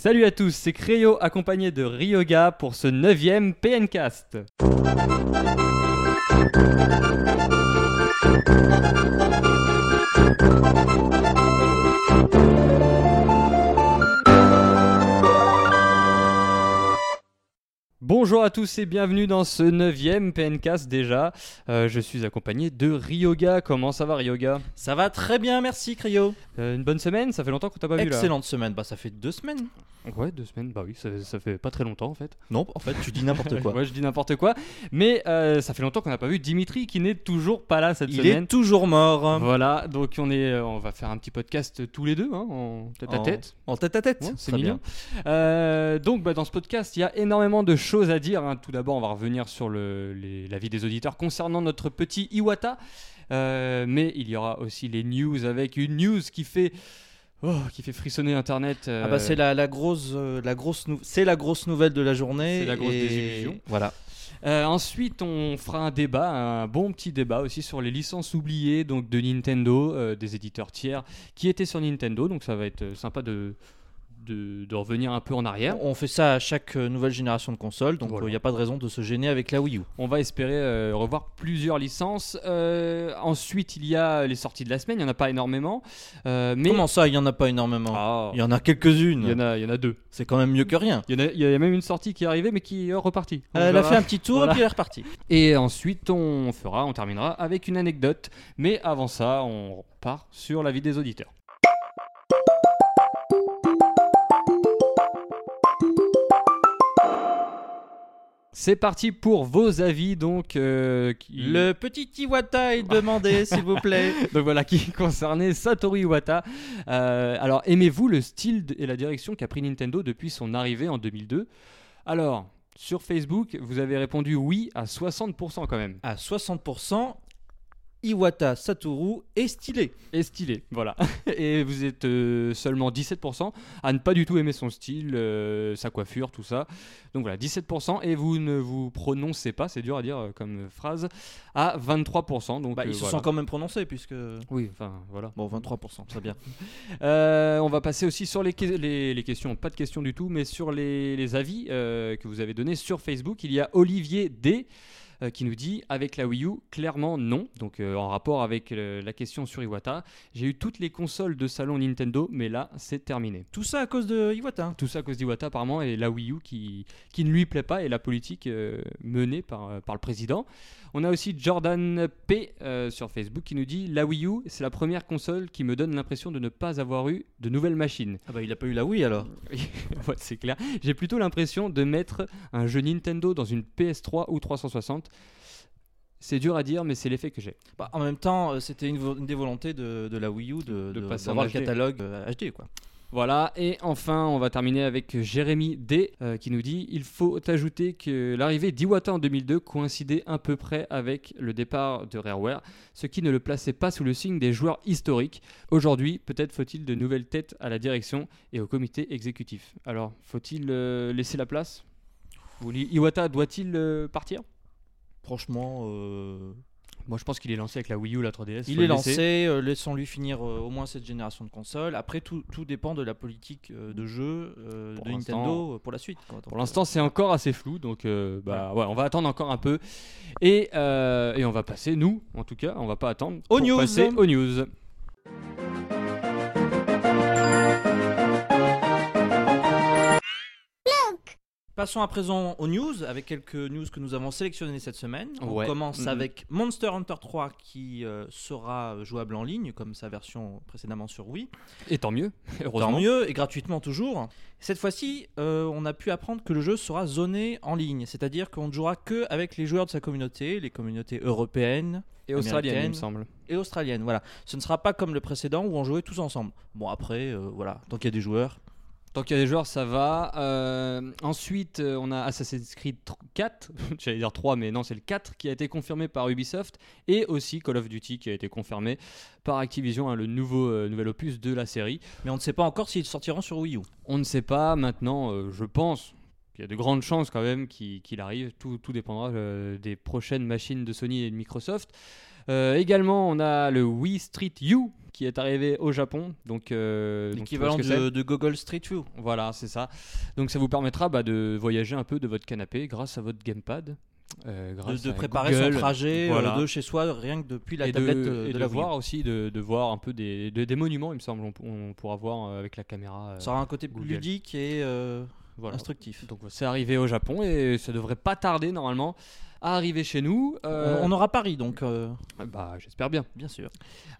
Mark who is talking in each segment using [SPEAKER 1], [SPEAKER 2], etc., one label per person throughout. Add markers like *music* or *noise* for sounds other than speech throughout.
[SPEAKER 1] Salut à tous, c'est Créo accompagné de Ryoga pour ce 9ème PNcast. Bonjour à tous et bienvenue dans ce 9ème PNcast déjà. Euh, je suis accompagné de Ryoga. Comment ça va Ryoga
[SPEAKER 2] Ça va très bien, merci Cryo.
[SPEAKER 1] Euh, Une bonne semaine Ça fait longtemps qu'on t'a pas vu
[SPEAKER 2] Excellente semaine. Bah ça fait deux semaines.
[SPEAKER 1] là. Ouais, deux semaines. Bah oui, ça, ça fait pas très longtemps en fait.
[SPEAKER 2] Non, en fait tu dis *laughs* n'importe quoi.
[SPEAKER 1] *laughs* Moi je dis n'importe quoi. Mais euh, ça fait longtemps qu'on n'a pas vu Dimitri qui n'est toujours pas là cette
[SPEAKER 2] Il
[SPEAKER 1] semaine.
[SPEAKER 2] est toujours mort.
[SPEAKER 1] Voilà, donc on, est, euh, on va faire un petit podcast tous les deux, hein, en tête à
[SPEAKER 2] En-
[SPEAKER 1] tête.
[SPEAKER 2] En tête à tête.
[SPEAKER 1] Ouais, c'est
[SPEAKER 2] Très
[SPEAKER 1] mignon. Euh, donc bah, dans ce podcast, il y a énormément de choses à dire. hein. Tout d'abord, on va revenir sur le- les- l'avis des auditeurs concernant notre petit Iwata. Euh, mais il y aura aussi les news avec une news qui fait, oh, qui fait frissonner Internet.
[SPEAKER 2] Ah bah c'est
[SPEAKER 1] euh,
[SPEAKER 2] la, la grosse euh, la grosse nou- c'est la grosse nouvelle de la journée.
[SPEAKER 1] C'est la grosse
[SPEAKER 2] et-
[SPEAKER 1] désillusion.
[SPEAKER 2] Voilà.
[SPEAKER 1] Euh, ensuite, on fera un débat, un bon petit débat aussi sur les licences oubliées donc de Nintendo, euh, des éditeurs tiers qui étaient sur Nintendo. Donc ça va être euh, sympa de, de, de revenir un peu en arrière.
[SPEAKER 2] On fait ça à chaque euh, nouvelle génération de consoles, donc il
[SPEAKER 1] Voilà.
[SPEAKER 2] n'y a pas de raison de se gêner avec la Wii U.
[SPEAKER 1] On va espérer euh, revoir plusieurs licences. Euh, ensuite, il y a les sorties de la semaine. Il n'y en a pas énormément. Euh, mais...
[SPEAKER 2] Comment ça, il y en a pas énormément
[SPEAKER 1] Ah.
[SPEAKER 2] Il y en a
[SPEAKER 1] il y en
[SPEAKER 2] quelques-unes.
[SPEAKER 1] a, il y en a deux.
[SPEAKER 2] C'est quand même mieux que rien. Euh,
[SPEAKER 1] Il y, en a, il y a même une sortie qui est arrivée mais qui est repartie. On
[SPEAKER 2] Elle a
[SPEAKER 1] verra.
[SPEAKER 2] fait un petit tour
[SPEAKER 1] Voilà.
[SPEAKER 2] et puis elle est repartie.
[SPEAKER 1] Et ensuite, on fera, on terminera avec une anecdote. Mais avant ça, on part sur l'avis des auditeurs. C'est parti pour vos avis, donc. euh, qui-
[SPEAKER 2] Le petit Iwata est demandé, s'il vous plaît.
[SPEAKER 1] *laughs* Donc voilà, qui concernait Satoru Iwata. Euh, alors, aimez-vous le style d- et la direction qu'a pris Nintendo depuis son arrivée en 2002 Alors, sur Facebook, vous avez répondu oui à 60% quand même.
[SPEAKER 2] À 60%, Iwata Satoru est stylé.
[SPEAKER 1] et stylé, voilà. *laughs* Et vous êtes euh, seulement 17% à ne pas du tout aimer son style, euh, sa coiffure, tout ça. Donc voilà, 17% et vous ne vous prononcez pas, c'est dur à dire euh, comme phrase, à 23%. Donc
[SPEAKER 2] Bah,
[SPEAKER 1] euh,
[SPEAKER 2] ils se
[SPEAKER 1] voilà.
[SPEAKER 2] sont quand même prononcés, puisque.
[SPEAKER 1] Oui, enfin voilà.
[SPEAKER 2] Bon, 23%, très bien.
[SPEAKER 1] Euh, on va passer aussi sur les, que- les, les questions, pas de questions du tout, mais sur les, les avis euh, que vous avez donnés sur Facebook. Il y a Olivier D. euh, qui nous dit avec la Wii U, clairement non. Donc euh, en rapport avec euh, la question sur Iwata, j'ai eu toutes les consoles de salon Nintendo, mais là c'est terminé.
[SPEAKER 2] Tout ça à cause de Iwata. hein.
[SPEAKER 1] Tout ça à cause d'Iwata apparemment et la Wii U qui, qui ne lui plaît pas et la politique euh, menée par, euh, par le président. On a aussi Jordan P euh, sur Facebook qui nous dit La Wii U, c'est la première console qui me donne l'impression de ne pas avoir eu de nouvelles machines. *laughs*
[SPEAKER 2] Ah bah, il a pas eu la Wii alors.
[SPEAKER 1] Ouais, c'est clair. J'ai plutôt l'impression de mettre un jeu Nintendo dans une PS3 ou 360. C'est dur à dire, mais c'est l'effet que j'ai.
[SPEAKER 2] Bah, en même temps, euh, c'était une, vo- une des volontés de, de la Wii U de,
[SPEAKER 1] De
[SPEAKER 2] de-
[SPEAKER 1] passer en
[SPEAKER 2] d'avoir le
[SPEAKER 1] HD.
[SPEAKER 2] catalogue euh, HD, quoi.
[SPEAKER 1] Voilà, et enfin, on va terminer avec Jérémy D euh, qui nous dit Il faut ajouter que l'arrivée d'Iwata en 2002 coïncidait à peu près avec le départ de Rareware, ce qui ne le plaçait pas sous le signe des joueurs historiques. Aujourd'hui, peut-être faut-il de nouvelles têtes à la direction et au comité exécutif. Alors, faut-il euh, laisser la place Vous voulez- Iwata doit-il euh, partir
[SPEAKER 2] Franchement, euh,
[SPEAKER 1] Moi, je pense qu'il est lancé avec la Wii U, la 3DS. faut
[SPEAKER 2] il
[SPEAKER 1] le
[SPEAKER 2] est
[SPEAKER 1] laisser.
[SPEAKER 2] lancé. euh, Laissons-lui finir euh, au moins cette génération de consoles. Après, tout, tout dépend de la politique euh, de jeu euh,
[SPEAKER 1] Pour
[SPEAKER 2] de
[SPEAKER 1] l'instant-
[SPEAKER 2] Nintendo euh, pour la suite. quoi. Donc,
[SPEAKER 1] Pour
[SPEAKER 2] euh,
[SPEAKER 1] l'instant, c'est encore assez flou, donc euh, bah, ouais, on va attendre encore un peu. Et, euh, et on va passer, nous, en tout cas, on va pas attendre.
[SPEAKER 2] Aux
[SPEAKER 1] pour
[SPEAKER 2] news.
[SPEAKER 1] passer aux news.
[SPEAKER 2] Passons à présent aux news, avec quelques news que nous avons sélectionnées cette semaine. On
[SPEAKER 1] Ouais.
[SPEAKER 2] commence
[SPEAKER 1] Mhm.
[SPEAKER 2] avec Monster Hunter 3 qui euh, sera jouable en ligne, comme sa version précédemment sur Wii.
[SPEAKER 1] Et tant mieux, heureusement.
[SPEAKER 2] Tant mieux, et gratuitement toujours. Cette fois-ci, euh, on a pu apprendre que le jeu sera zoné en ligne, c'est-à-dire qu'on ne jouera que avec les joueurs de sa communauté, les communautés européennes
[SPEAKER 1] Et australienne, il me
[SPEAKER 2] Américaine.
[SPEAKER 1] semble.
[SPEAKER 2] et australiennes. Voilà. Ce ne sera pas comme le précédent où on jouait tous ensemble. Bon, après, euh, voilà, tant qu'il y a des joueurs.
[SPEAKER 1] Tant qu'il y a des joueurs, ça va. Euh, ensuite, euh, on a Assassin's Creed 4, *laughs* j'allais dire 3, mais non, c'est le 4, qui a été confirmé par Ubisoft. Et aussi Call of Duty, qui a été confirmé par Activision, hein, le nouveau, euh, nouvel opus de la série.
[SPEAKER 2] Mais on ne sait pas encore s'ils sortiront sur Wii U.
[SPEAKER 1] On ne sait pas maintenant, euh, je pense. qu'il y a de grandes chances quand même qu'il qu'il arrive. Tout, tout dépendra euh, des prochaines machines de Sony et de Microsoft. Euh, également, on a le Wii Street U qui est arrivé au Japon. Donc, euh, donc,
[SPEAKER 2] L'équivalent
[SPEAKER 1] tu vois ce que
[SPEAKER 2] de, de Google Street View.
[SPEAKER 1] c'est Voilà, c'est ça. Donc ça vous permettra bah, de voyager un peu de votre canapé grâce à votre gamepad. euh,
[SPEAKER 2] De,
[SPEAKER 1] grâce
[SPEAKER 2] de
[SPEAKER 1] à
[SPEAKER 2] préparer
[SPEAKER 1] Google.
[SPEAKER 2] son trajet euh,
[SPEAKER 1] Voilà.
[SPEAKER 2] de chez soi, rien que depuis la
[SPEAKER 1] et
[SPEAKER 2] tablette
[SPEAKER 1] de,
[SPEAKER 2] euh,
[SPEAKER 1] et
[SPEAKER 2] de
[SPEAKER 1] de
[SPEAKER 2] la Wii.
[SPEAKER 1] voir aussi de, de voir un peu des, des, des monuments il me semble on, on pourra voir euh, avec la caméra euh,
[SPEAKER 2] Ça aura un côté
[SPEAKER 1] Google.
[SPEAKER 2] ludique et euh,
[SPEAKER 1] voilà.
[SPEAKER 2] instructif.
[SPEAKER 1] donc c'est arrivé au Japon et ça devrait pas tarder normalement à arriver chez nous Euh,
[SPEAKER 2] On on aura Paris donc, euh,
[SPEAKER 1] bah j'espère bien
[SPEAKER 2] bien sûr.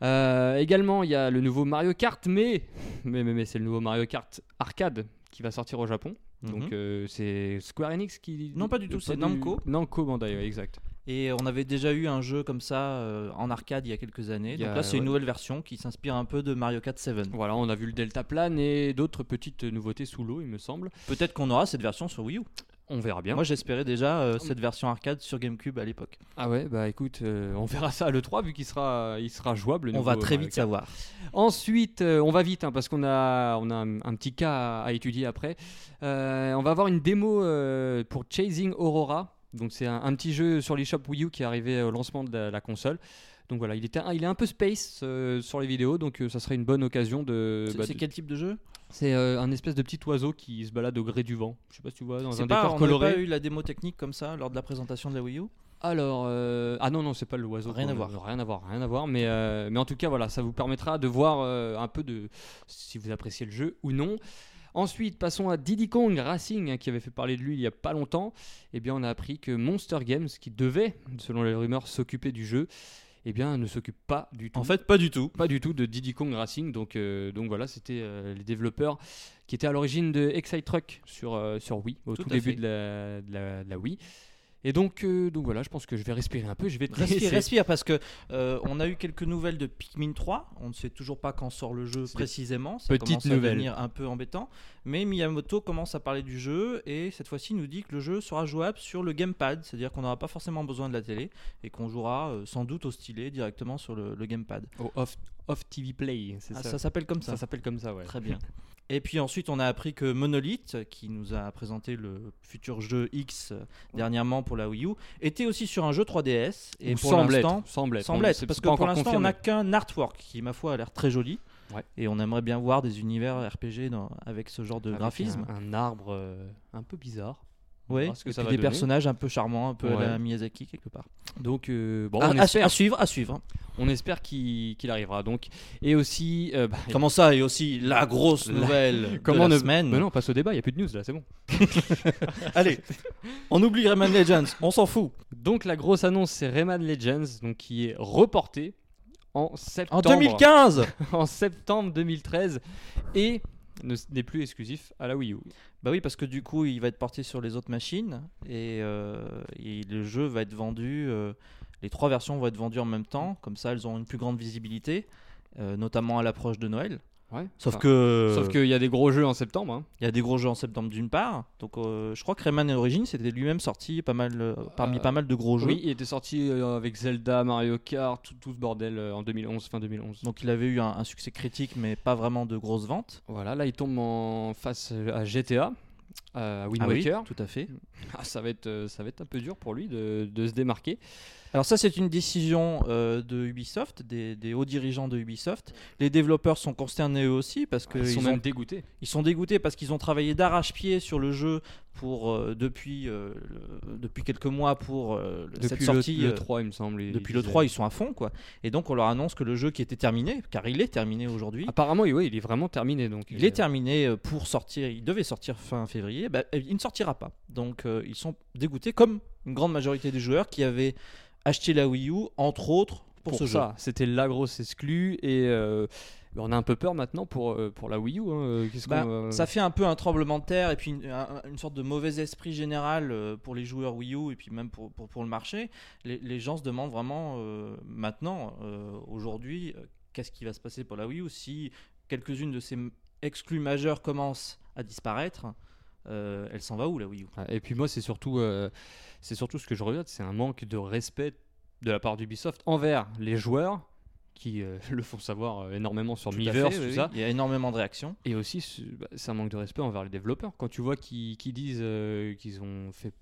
[SPEAKER 1] Euh, également il y a le nouveau Mario Kart mais mais mais, mais c'est le nouveau Mario Kart arcade qui va sortir au Japon
[SPEAKER 2] Mhm.
[SPEAKER 1] donc euh, c'est Square Enix qui
[SPEAKER 2] Non, pas du tout, c'est Namco.
[SPEAKER 1] Namco Bandai ouais, exact
[SPEAKER 2] Et on avait déjà eu un jeu comme ça euh, en arcade il y a quelques années.
[SPEAKER 1] Il y a-
[SPEAKER 2] donc là, c'est une
[SPEAKER 1] ouais.
[SPEAKER 2] nouvelle version qui s'inspire un peu de Mario Kart 7.
[SPEAKER 1] voilà on a vu le Delta Plane et d'autres petites nouveautés sous l'eau il me semble
[SPEAKER 2] Peut-être qu'on aura cette version sur Wii U.
[SPEAKER 1] on verra bien
[SPEAKER 2] Moi, j'espérais déjà euh, cette version arcade sur GameCube à l'époque.
[SPEAKER 1] Ah ouais, bah écoute, euh, on verra ça à l'E3 vu qu'il sera, il sera jouable. le
[SPEAKER 2] On
[SPEAKER 1] nouveau
[SPEAKER 2] va très
[SPEAKER 1] Mario
[SPEAKER 2] vite
[SPEAKER 1] Kart.
[SPEAKER 2] savoir.
[SPEAKER 1] Ensuite, euh, on va vite hein, parce qu'on a, on a un, un petit cas à, à étudier après. Euh, on va avoir une démo euh, pour Chasing Aurora. Donc c'est un, un petit jeu sur l'eShop Wii U qui est arrivé au lancement de la, la console. Donc voilà, il, était, un- il est un peu space euh, sur les vidéos, donc euh, ça serait une bonne occasion de.
[SPEAKER 2] C'est
[SPEAKER 1] bah,
[SPEAKER 2] c'est
[SPEAKER 1] de-
[SPEAKER 2] quel type de jeu
[SPEAKER 1] c'est euh, un espèce de petit oiseau qui se balade au gré du vent. Je sais pas si tu vois dans
[SPEAKER 2] C'est
[SPEAKER 1] un
[SPEAKER 2] pas-
[SPEAKER 1] décor
[SPEAKER 2] on n'avait
[SPEAKER 1] coloré.
[SPEAKER 2] pas eu la démo technique comme ça lors de la présentation de la Wii U
[SPEAKER 1] Alors, euh, ah non, non, c'est pas l'oiseau.
[SPEAKER 2] Rien
[SPEAKER 1] qu'on-
[SPEAKER 2] à voir.
[SPEAKER 1] Rien à voir, rien à voir. Mais, euh, mais en tout cas, voilà, ça vous permettra de voir euh, un peu de si vous appréciez le jeu ou non. Ensuite, passons à Diddy Kong Racing, hein, qui avait fait parler de lui il y a pas longtemps. Eh bien, on a appris que Monster Games, qui devait, selon les rumeurs, s'occuper du jeu, eh bien, ne s'occupe pas du tout.
[SPEAKER 2] En fait, pas du tout.
[SPEAKER 1] pas du tout de Diddy Kong Racing. Donc, euh, donc voilà, c'était euh, les développeurs qui étaient à l'origine de Excite Truck sur, euh, sur Wii, au
[SPEAKER 2] Tout
[SPEAKER 1] tout,
[SPEAKER 2] à
[SPEAKER 1] début
[SPEAKER 2] fait.
[SPEAKER 1] de la, de, la, de la Wii. Et donc, euh, donc voilà, je pense que je vais respirer un peu, je vais te laisser.
[SPEAKER 2] Respire, respire, parce que euh, on a eu quelques nouvelles de Pikmin 3. On ne sait toujours pas quand sort le jeu
[SPEAKER 1] C'est des
[SPEAKER 2] précisément. Ça
[SPEAKER 1] petites
[SPEAKER 2] commence à
[SPEAKER 1] nouvelles.
[SPEAKER 2] devenir un peu embêtant. Mais Miyamoto commence à parler du jeu et cette fois-ci il nous dit que le jeu sera jouable sur le gamepad, c'est-à-dire qu'on n'aura pas forcément besoin de la télé et qu'on jouera euh, sans doute au stylet directement sur le, le gamepad.
[SPEAKER 1] Au off, off TV Play, c'est
[SPEAKER 2] Ah,
[SPEAKER 1] ça.
[SPEAKER 2] ça s'appelle comme ça.
[SPEAKER 1] Ça s'appelle comme ça, ouais.
[SPEAKER 2] Très bien. Et puis ensuite, on a appris que Monolith, qui nous a présenté le futur jeu X euh, dernièrement pour la Wii U, était aussi sur un jeu 3DS. Et
[SPEAKER 1] Ou
[SPEAKER 2] pour
[SPEAKER 1] semble
[SPEAKER 2] l'instant,
[SPEAKER 1] être, semble être.
[SPEAKER 2] semble
[SPEAKER 1] On-
[SPEAKER 2] être,
[SPEAKER 1] Bah, c'est-
[SPEAKER 2] parce
[SPEAKER 1] c'est pas
[SPEAKER 2] que pour
[SPEAKER 1] encore
[SPEAKER 2] l'instant, on
[SPEAKER 1] confirmé.
[SPEAKER 2] n'a qu'un artwork qui, ma foi, a l'air très joli.
[SPEAKER 1] Ouais.
[SPEAKER 2] Et on aimerait bien voir des univers RPG dans- avec ce genre de
[SPEAKER 1] Avec
[SPEAKER 2] graphisme.
[SPEAKER 1] Un, un arbre euh, un peu bizarre.
[SPEAKER 2] Ouais.
[SPEAKER 1] voir ce que
[SPEAKER 2] Et
[SPEAKER 1] ça
[SPEAKER 2] puis
[SPEAKER 1] va
[SPEAKER 2] des
[SPEAKER 1] donner.
[SPEAKER 2] personnages un peu charmants, un peu à la
[SPEAKER 1] Ouais.
[SPEAKER 2] Miyazaki quelque part.
[SPEAKER 1] Donc euh, bon,
[SPEAKER 2] à,
[SPEAKER 1] on,
[SPEAKER 2] à-
[SPEAKER 1] espère,
[SPEAKER 2] à suivre, à suivre. hein.
[SPEAKER 1] on espère qu'il qu'il arrivera. Donc et aussi, euh, bah,
[SPEAKER 2] Comment ça Et aussi la grosse
[SPEAKER 1] La-
[SPEAKER 2] nouvelle
[SPEAKER 1] *laughs* comment
[SPEAKER 2] de la
[SPEAKER 1] ne-
[SPEAKER 2] semaine.
[SPEAKER 1] Mais non, on passe au débat. Il y a plus de news là, c'est bon. *laughs*
[SPEAKER 2] Allez, on oublie Rayman Legends, on s'en fout.
[SPEAKER 1] Donc la grosse annonce c'est Rayman Legends donc qui est reporté en septembre
[SPEAKER 2] En 2015
[SPEAKER 1] *laughs* en septembre 2013 et ne- n'est plus exclusif à la Wii U.
[SPEAKER 2] Bah oui, parce que du coup, il va être porté sur les autres machines et, euh, et le jeu va être vendu. euh, les trois versions vont être vendues en même temps, comme ça, elles ont une plus grande visibilité, euh, notamment à l'approche de Noël. Sauf
[SPEAKER 1] Enfin,
[SPEAKER 2] que euh,
[SPEAKER 1] sauf qu'il y a des gros jeux en septembre. hein.
[SPEAKER 2] il y a des gros jeux en septembre d'une part. Donc, euh, je crois que Rayman Origins c'était lui-même sorti pas mal euh, parmi
[SPEAKER 1] Euh,
[SPEAKER 2] pas mal de gros jeux.
[SPEAKER 1] Oui, il était sorti euh, avec Zelda, Mario Kart, tout, tout ce bordel euh, en 2011, fin 2011.
[SPEAKER 2] Donc, il avait eu un, un succès critique, mais pas vraiment de grosses ventes.
[SPEAKER 1] Voilà, là il tombe en face à GTA, euh, à Wind
[SPEAKER 2] Ah oui,
[SPEAKER 1] Waker. *laughs*
[SPEAKER 2] tout à fait.
[SPEAKER 1] Ah, ça va être, euh, ça va être un peu dur pour lui de, de se démarquer.
[SPEAKER 2] Alors ça, c'est une décision euh, de Ubisoft, des, des hauts dirigeants de Ubisoft. Les développeurs sont consternés eux aussi parce que
[SPEAKER 1] ils sont
[SPEAKER 2] ils
[SPEAKER 1] même
[SPEAKER 2] ont-
[SPEAKER 1] dégoûtés.
[SPEAKER 2] ils sont dégoûtés parce qu'ils ont travaillé d'arrache-pied sur le jeu pour euh, depuis euh, le- depuis quelques mois pour euh, le- cette
[SPEAKER 1] Depuis
[SPEAKER 2] sortie.
[SPEAKER 1] le, le
[SPEAKER 2] euh,
[SPEAKER 1] 3, il me semble. ils
[SPEAKER 2] depuis le
[SPEAKER 1] disaient.
[SPEAKER 2] 3, ils sont à fond quoi. Et donc on leur annonce que le jeu qui était terminé, car il est terminé aujourd'hui.
[SPEAKER 1] Apparemment, oui, ouais, il est vraiment terminé. Donc,
[SPEAKER 2] Il est
[SPEAKER 1] Ah, euh,
[SPEAKER 2] terminé euh, pour sortir, il devait sortir fin février, bah, il ne sortira pas. Donc euh, ils sont dégoûtés comme une grande majorité des joueurs qui avaient acheté la Wii U, entre autres, pour, ce jeu.
[SPEAKER 1] ça. C'était la grosse exclue et euh, on a un peu peur maintenant pour, euh, pour la Wii U. hein, euh, Qu'est-ce
[SPEAKER 2] Bah,
[SPEAKER 1] qu'on, euh,
[SPEAKER 2] Ça fait un peu un tremblement de terre et puis une, un- une sorte de mauvais esprit général euh, pour les joueurs Wii U et puis même pour, pour, pour le marché. Les, les gens se demandent vraiment euh, maintenant, euh, aujourd'hui, euh, qu'est-ce qui va se passer pour la Wii U si quelques-unes de ces m- exclus majeurs commencent à disparaître euh, Elle s'en va où la Wii U
[SPEAKER 1] Ah, Et puis moi, c'est surtout, euh, c'est surtout ce que je regrette, c'est un manque de respect de la part d'Ubisoft envers les joueurs qui euh, *laughs* le font savoir euh, énormément sur
[SPEAKER 2] Tout à
[SPEAKER 1] Miiverse,
[SPEAKER 2] fait,
[SPEAKER 1] tout
[SPEAKER 2] oui,
[SPEAKER 1] ça.
[SPEAKER 2] oui. Il y a énormément de réactions.
[SPEAKER 1] Et aussi, ce- bah, c'est un manque de respect envers les développeurs. Quand tu vois qu'ils qu'ils disent euh, qu'ils ont fait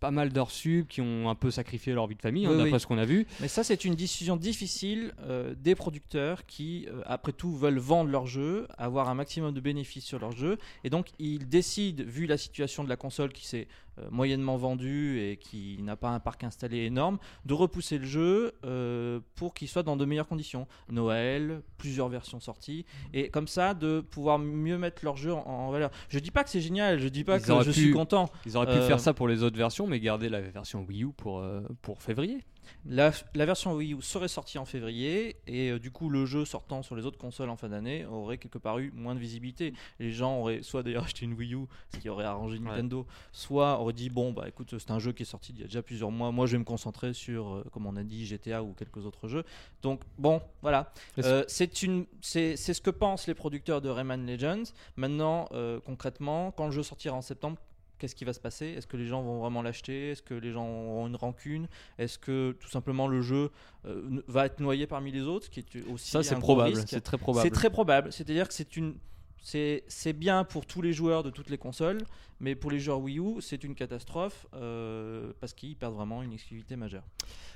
[SPEAKER 1] pas mal d'heures sub, qui ont un peu sacrifié leur vie de famille, hein,
[SPEAKER 2] Oui,
[SPEAKER 1] d'après
[SPEAKER 2] oui.
[SPEAKER 1] ce qu'on a vu.
[SPEAKER 2] Mais ça, c'est une décision difficile euh, des producteurs qui, euh, après tout, veulent vendre leur jeu, avoir un maximum de bénéfices sur leur jeu. Et donc, ils décident, vu la situation de la console qui s'est euh, moyennement vendue et qui n'a pas un parc installé énorme, de repousser le jeu euh, pour qu'il soit dans de meilleures conditions. Noël, plusieurs versions sorties,
[SPEAKER 1] Mmh.
[SPEAKER 2] et comme ça, de pouvoir mieux mettre leur jeu en, en valeur. Je dis pas que c'est génial, je dis pas
[SPEAKER 1] Ils
[SPEAKER 2] que
[SPEAKER 1] auraient
[SPEAKER 2] je
[SPEAKER 1] pu-
[SPEAKER 2] suis content.
[SPEAKER 1] Ils auraient pu
[SPEAKER 2] Euh,
[SPEAKER 1] faire ça pour les autres versions, mais garder la version Wii U pour, euh, pour février.
[SPEAKER 2] La, la version Wii U serait sortie en février et euh, du coup le jeu sortant sur les autres consoles en fin d'année aurait quelque part eu moins de visibilité. Les gens auraient soit d'ailleurs *laughs* acheté une Wii U, ce qui aurait arrangé Nintendo, soit auraient dit bon bah écoute c'est un jeu qui est sorti il y a déjà plusieurs mois, moi je vais me concentrer sur euh, comme on a dit GTA ou quelques autres jeux. Donc bon voilà,
[SPEAKER 1] Est-ce-
[SPEAKER 2] Euh, c'est une c'est c'est ce que pensent les producteurs de Rayman Legends. Maintenant euh, concrètement quand le jeu sortira en septembre Qu'est-ce qui va se passer Est-ce que les gens vont vraiment l'acheter Est-ce que les gens auront une rancune Est-ce que tout simplement le jeu euh, ne- va être noyé parmi les autres, ce qui est aussi
[SPEAKER 1] Ça, c'est
[SPEAKER 2] un gros
[SPEAKER 1] probable.
[SPEAKER 2] risque
[SPEAKER 1] C'est très probable.
[SPEAKER 2] C'est très probable. C'est-à-dire que c'est une, c'est c'est bien pour tous les joueurs de toutes les consoles, mais pour les joueurs Wii U, c'est une catastrophe euh, parce qu'ils perdent vraiment une exclusivité majeure.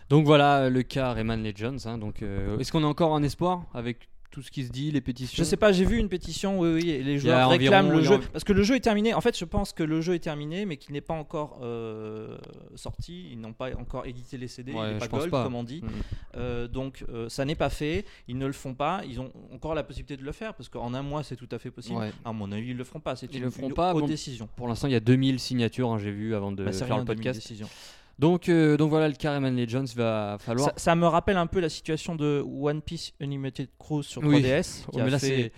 [SPEAKER 1] Donc voilà euh, le cas Rayman Legends. hein, donc, euh, est-ce qu'on a encore un espoir avec tout ce qui se dit, les pétitions
[SPEAKER 2] Je sais pas, j'ai vu une pétition, oui, oui, et les
[SPEAKER 1] Il y a
[SPEAKER 2] joueurs réclament
[SPEAKER 1] environ-
[SPEAKER 2] le
[SPEAKER 1] il y a
[SPEAKER 2] jeu.
[SPEAKER 1] envi-
[SPEAKER 2] Parce que le jeu est terminé, en fait, je pense que le jeu est terminé, mais qu'il n'est pas encore euh, sorti, ils n'ont pas encore édité les CD,
[SPEAKER 1] Ouais,
[SPEAKER 2] il n'est
[SPEAKER 1] je
[SPEAKER 2] pas
[SPEAKER 1] pense
[SPEAKER 2] gold,
[SPEAKER 1] pas.
[SPEAKER 2] comme on dit.
[SPEAKER 1] Mhm.
[SPEAKER 2] Euh, donc euh, ça n'est pas fait, ils ne le font pas, ils ont encore la possibilité de le faire, parce qu'en un mois, c'est tout à fait possible.
[SPEAKER 1] Ouais.
[SPEAKER 2] À mon avis, ils le feront pas, c'est
[SPEAKER 1] Ils
[SPEAKER 2] une,
[SPEAKER 1] le feront
[SPEAKER 2] une
[SPEAKER 1] pas,
[SPEAKER 2] haute
[SPEAKER 1] bon.
[SPEAKER 2] décision.
[SPEAKER 1] Pour l'instant, il y a 2000 signatures, hein, j'ai vu, avant de
[SPEAKER 2] Bah, c'est
[SPEAKER 1] faire
[SPEAKER 2] rien,
[SPEAKER 1] le podcast.
[SPEAKER 2] demi-décision.
[SPEAKER 1] Donc, euh, donc voilà, le cas Rayman Legends va falloir.
[SPEAKER 2] Ça, ça me rappelle un peu la situation de One Piece Unlimited Cruise sur
[SPEAKER 1] Oui. *laughs*
[SPEAKER 2] 3DS,
[SPEAKER 1] Oh,
[SPEAKER 2] qui, a
[SPEAKER 1] mais là,
[SPEAKER 2] fait-
[SPEAKER 1] c'est-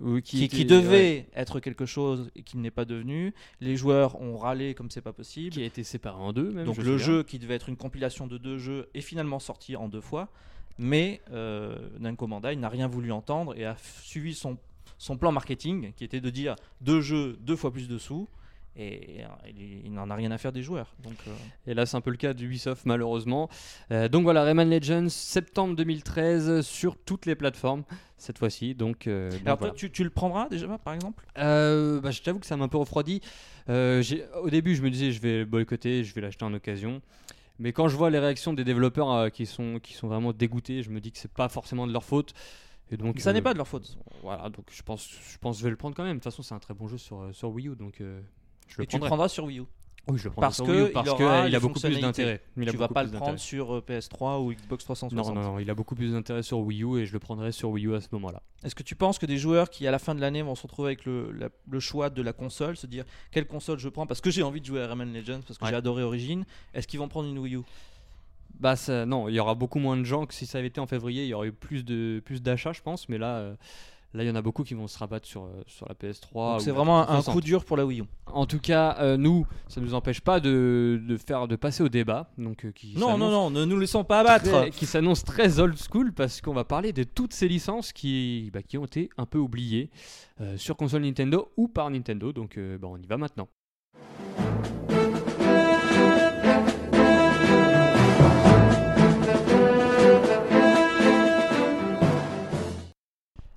[SPEAKER 1] Oui,
[SPEAKER 2] qui- qui
[SPEAKER 1] était- ouais,
[SPEAKER 2] devait être quelque chose et qui n'est pas devenu. Les joueurs ont râlé comme c'est pas possible.
[SPEAKER 1] qui a été séparé en deux, même.
[SPEAKER 2] Donc
[SPEAKER 1] je me
[SPEAKER 2] le
[SPEAKER 1] souviens.
[SPEAKER 2] jeu qui devait être une compilation de deux jeux est finalement sorti en deux fois, mais euh, Namco Bandai n'a rien voulu entendre et a f- suivi son, son plan marketing qui était de dire deux jeux, deux fois plus de sous. Et euh, il, il n'en a rien à faire des joueurs. Donc, euh,
[SPEAKER 1] Et là, c'est un peu le cas d'Ubisoft, malheureusement. Euh, donc voilà, Rayman Legends, septembre 2013, sur toutes les plateformes, cette fois-ci. Donc, euh, donc
[SPEAKER 2] Alors, toi,
[SPEAKER 1] voilà.
[SPEAKER 2] tu, tu le prendras déjà, par exemple
[SPEAKER 1] Euh, bah, je t'avoue que ça m'a un peu refroidi. Euh, j'ai- au début, je me disais, je vais le boycotter, je vais l'acheter en occasion. Mais quand je vois les réactions des développeurs euh, qui, sont, qui sont vraiment dégoûtés, je me dis que c'est pas forcément de leur faute. Et donc,
[SPEAKER 2] Ça
[SPEAKER 1] euh,
[SPEAKER 2] n'est pas de leur faute.
[SPEAKER 1] Voilà, donc je pense, je pense que je vais le prendre quand même. De toute façon, c'est un très bon jeu sur, euh, sur Wii U, donc euh, je le
[SPEAKER 2] Et tu le
[SPEAKER 1] prendrai.
[SPEAKER 2] prendras sur Wii U.
[SPEAKER 1] Oui, je le prendrai
[SPEAKER 2] parce
[SPEAKER 1] sur
[SPEAKER 2] que
[SPEAKER 1] Wii U
[SPEAKER 2] il
[SPEAKER 1] parce
[SPEAKER 2] aura
[SPEAKER 1] que, euh, il
[SPEAKER 2] les
[SPEAKER 1] a beaucoup plus
[SPEAKER 2] fonctionnalités.
[SPEAKER 1] d'intérêt. Il a
[SPEAKER 2] tu vas
[SPEAKER 1] beaucoup
[SPEAKER 2] pas
[SPEAKER 1] plus
[SPEAKER 2] le prendre
[SPEAKER 1] d'intérêt.
[SPEAKER 2] sur euh, PS3 ou Xbox 360.
[SPEAKER 1] Non, non, non, il a beaucoup plus d'intérêt sur Wii U et je le prendrai sur Wii U à ce moment-là.
[SPEAKER 2] Est-ce que tu penses que des joueurs qui, à la fin de l'année, vont se retrouver avec le, la- le choix de la console, se dire quelle console je prends parce que j'ai envie de jouer à Rayman Legends, parce que
[SPEAKER 1] Ouais.
[SPEAKER 2] j'ai adoré Origin, est-ce qu'ils vont prendre une Wii U
[SPEAKER 1] Bah ça- non, il y aura beaucoup moins de gens que si ça avait été en février, il y aurait eu plus de plus d'achats, je pense. Mais là, euh, là, il y en a beaucoup qui vont se rabattre sur euh, sur la PS3. ou
[SPEAKER 2] Donc C'est
[SPEAKER 1] la
[SPEAKER 2] vraiment un, un
[SPEAKER 1] 360.
[SPEAKER 2] coup dur pour la Wii U.
[SPEAKER 1] En tout cas, euh, nous, ça ne nous empêche pas de, de faire de passer au débat, donc euh, qui
[SPEAKER 2] Non, non,
[SPEAKER 1] s'annonce
[SPEAKER 2] non, ne nous laissons pas
[SPEAKER 1] très-
[SPEAKER 2] abattre.
[SPEAKER 1] qui s'annonce très old school parce qu'on va parler de toutes ces licences qui bah, qui ont été un peu oubliées euh, sur console Nintendo ou par Nintendo. Donc euh, bah, on y va maintenant.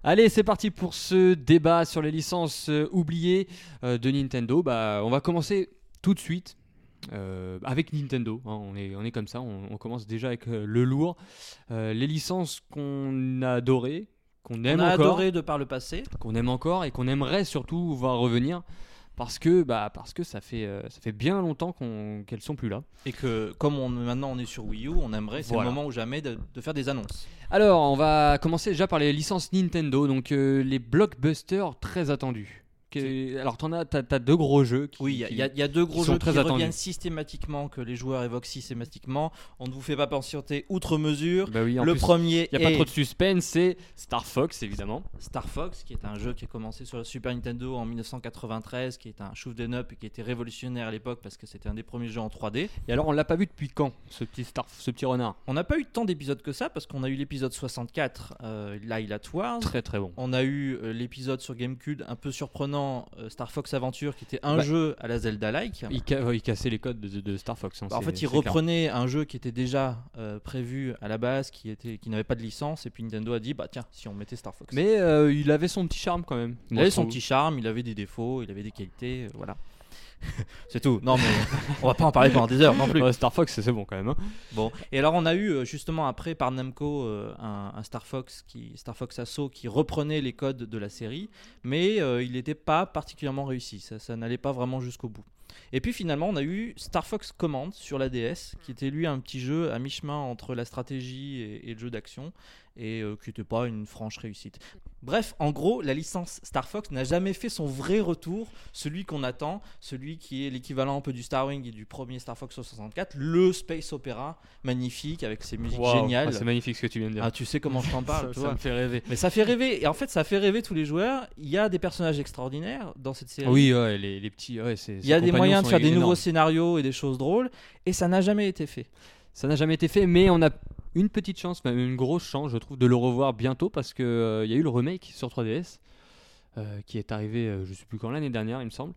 [SPEAKER 1] Allez, c'est parti pour ce débat sur les licences euh, oubliées euh, de Nintendo. Bah, on va commencer tout de suite euh, avec Nintendo. hein. on, est, on est comme ça, on, on commence déjà avec euh, le lourd. Euh, les licences qu'on a adorées, qu'on aime
[SPEAKER 2] On a
[SPEAKER 1] encore,
[SPEAKER 2] adoré de par le passé.
[SPEAKER 1] qu'on aime encore et qu'on aimerait surtout voir revenir. Parce que, bah, parce que ça, fait, euh, ça fait bien longtemps qu'on- qu'elles sont plus là.
[SPEAKER 2] Et que, comme on, maintenant on est sur Wii U, on aimerait, c'est
[SPEAKER 1] Voilà.
[SPEAKER 2] le moment ou jamais, de, de faire des annonces.
[SPEAKER 1] Alors, on va commencer déjà par les licences Nintendo, donc euh, les blockbusters très attendus. Que- alors, t'en as, t'as, t'as deux gros jeux. Qui,
[SPEAKER 2] Oui, il y a-
[SPEAKER 1] qui-
[SPEAKER 2] il y, a- il y a deux gros
[SPEAKER 1] sont
[SPEAKER 2] jeux
[SPEAKER 1] très
[SPEAKER 2] qui
[SPEAKER 1] attendus.
[SPEAKER 2] reviennent systématiquement, que les joueurs évoquent systématiquement. On ne vous fait pas patienter outre mesure.
[SPEAKER 1] Bah oui, en
[SPEAKER 2] Le
[SPEAKER 1] plus,
[SPEAKER 2] premier
[SPEAKER 1] Il n'y a pas
[SPEAKER 2] est
[SPEAKER 1] trop de suspense, c'est Star Fox évidemment.
[SPEAKER 2] Star Fox, qui est un jeu qui a commencé sur la Super Nintendo en 1993, qui est un shoot'em up et qui était révolutionnaire à l'époque parce que c'était un des premiers jeux en 3D.
[SPEAKER 1] Et alors on l'a pas vu depuis quand ce petit Star, ce petit renard
[SPEAKER 2] On n'a pas eu tant d'épisodes que ça parce qu'on a eu l'épisode 64, euh, Light at Wars.
[SPEAKER 1] Très très bon.
[SPEAKER 2] On a eu euh, l'épisode sur GameCube un peu surprenant, euh, Star Fox Adventure, qui était un
[SPEAKER 1] Bah-
[SPEAKER 2] jeu à la Zelda-like.
[SPEAKER 1] Il, ca- il cassait les codes de, de Star Fox. hein,
[SPEAKER 2] Bah, en
[SPEAKER 1] c'est-
[SPEAKER 2] fait, il
[SPEAKER 1] c'est clair.
[SPEAKER 2] reprenait un jeu qui était déjà euh, prévu à la base, qui, était, qui n'avait pas de licence, et puis Nintendo a dit bah tiens, si on mettait Star Fox.
[SPEAKER 1] Mais euh, il avait son petit charme quand même.
[SPEAKER 2] il
[SPEAKER 1] Moi,
[SPEAKER 2] avait
[SPEAKER 1] je
[SPEAKER 2] son
[SPEAKER 1] trouve.
[SPEAKER 2] petit charme, il avait des défauts, il avait des qualités, euh, voilà. *laughs* c'est tout. Non, mais on va pas en parler pendant des heures non plus.
[SPEAKER 1] Ouais, Star Fox, c'est bon quand même. hein.
[SPEAKER 2] Bon, et alors on a eu euh, justement après par Namco euh, un, un Star Fox qui Star Fox Assault qui reprenait les codes de la série, mais euh, il n'était pas particulièrement réussi. Ça, ça n'allait pas vraiment jusqu'au bout. Et puis finalement, on a eu Star Fox Command sur la DS, qui était lui un petit jeu à mi-chemin entre la stratégie et, et le jeu d'action, et euh, qui n'était pas une franche réussite. Bref, en gros, la licence Star Fox n'a jamais fait son vrai retour, celui qu'on attend, celui qui est l'équivalent un peu du Star Wing et du premier Star Fox 64, le space opéra magnifique avec ses musiques
[SPEAKER 1] Waouh,
[SPEAKER 2] géniales.
[SPEAKER 1] ah, c'est magnifique ce que tu viens de dire.
[SPEAKER 2] Ah, tu sais comment je t'en
[SPEAKER 1] *laughs*
[SPEAKER 2] parle,
[SPEAKER 1] ça,
[SPEAKER 2] tu
[SPEAKER 1] ça
[SPEAKER 2] vois.
[SPEAKER 1] me fait rêver.
[SPEAKER 2] Mais ça fait rêver, et en fait, ça fait rêver tous les joueurs. Il y a des personnages extraordinaires dans cette série.
[SPEAKER 1] Oui, ouais, les, les petits. ouais, ses-
[SPEAKER 2] Il
[SPEAKER 1] ses
[SPEAKER 2] y a des
[SPEAKER 1] compagnons
[SPEAKER 2] moyens de
[SPEAKER 1] sont
[SPEAKER 2] faire des
[SPEAKER 1] énormes.
[SPEAKER 2] nouveaux scénarios et des choses drôles, et ça n'a jamais été fait.
[SPEAKER 1] Ça n'a jamais été fait, mais on a une petite chance, même une grosse chance, je trouve, de le revoir bientôt parce que euh, il y a eu le remake sur 3DS euh, qui est arrivé, euh, je sais plus quand l'année dernière, il me semble,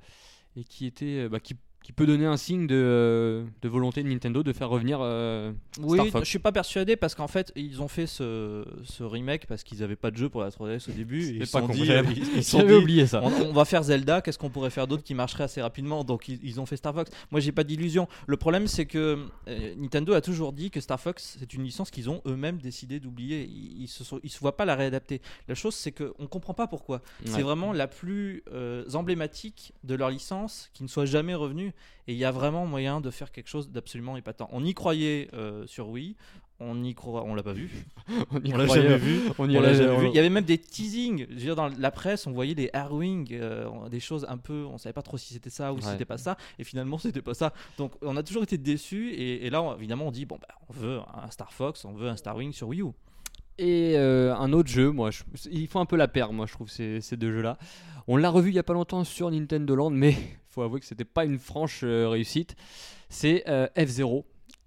[SPEAKER 1] et qui était, euh, bah, qui, qui peut donner un signe de, euh, de volonté de Nintendo de faire revenir.
[SPEAKER 2] *laughs*
[SPEAKER 1] euh,
[SPEAKER 2] Oui,
[SPEAKER 1] Star Fox.
[SPEAKER 2] je suis pas persuadé parce qu'en fait, ils ont fait ce, ce remake parce qu'ils avaient pas de jeu pour la 3DS au début. et
[SPEAKER 1] C'est
[SPEAKER 2] Ils se
[SPEAKER 1] pas
[SPEAKER 2] sont
[SPEAKER 1] con,
[SPEAKER 2] dit, euh,
[SPEAKER 1] j'avais-
[SPEAKER 2] ils- ils se sont
[SPEAKER 1] J'avais
[SPEAKER 2] dit,
[SPEAKER 1] oublié ça.
[SPEAKER 2] on, on va faire Zelda, qu'est-ce qu'on pourrait faire d'autre qui marcherait assez rapidement Donc ils, ils ont fait Star Fox. Moi, j'ai pas d'illusion. Le problème, c'est que euh, Nintendo a toujours dit que Star Fox, c'est une licence qu'ils ont eux-mêmes décidé d'oublier. Ils, ils se sont- ils se voient pas la réadapter. La chose, c'est qu'on comprend pas pourquoi.
[SPEAKER 1] Ouais.
[SPEAKER 2] C'est vraiment la plus euh, emblématique de leur licence qui ne soit jamais revenue. Et il y a vraiment moyen de faire quelque chose d'absolument épatant. On y croyait euh, sur Wii, on y croit, on l'a pas vu.
[SPEAKER 1] On y
[SPEAKER 2] on l'a
[SPEAKER 1] croyait,
[SPEAKER 2] jamais
[SPEAKER 1] vu. On y
[SPEAKER 2] On l'a
[SPEAKER 1] allait-
[SPEAKER 2] jamais
[SPEAKER 1] on-
[SPEAKER 2] vu. Il y avait même des teasings. Je veux dire, dans la presse, on voyait des Harwing, des choses un peu. On savait pas trop si c'était ça ou si
[SPEAKER 1] Ouais.
[SPEAKER 2] c'était pas ça. Et finalement, *laughs* c'était pas ça. Donc, on a toujours été déçus. Et, et là, on- évidemment, on dit bon, bah, on veut un Star Fox, on veut un Star Wing sur Wii U.
[SPEAKER 1] Et euh, un autre jeu, moi, je- il faut un peu la paire, moi, je trouve, ces, ces deux jeux-là. On l'a revu il y a pas longtemps sur Nintendo Land, mais *laughs* faut avouer que c'était pas une franche euh, réussite. C'est euh, F-Zero.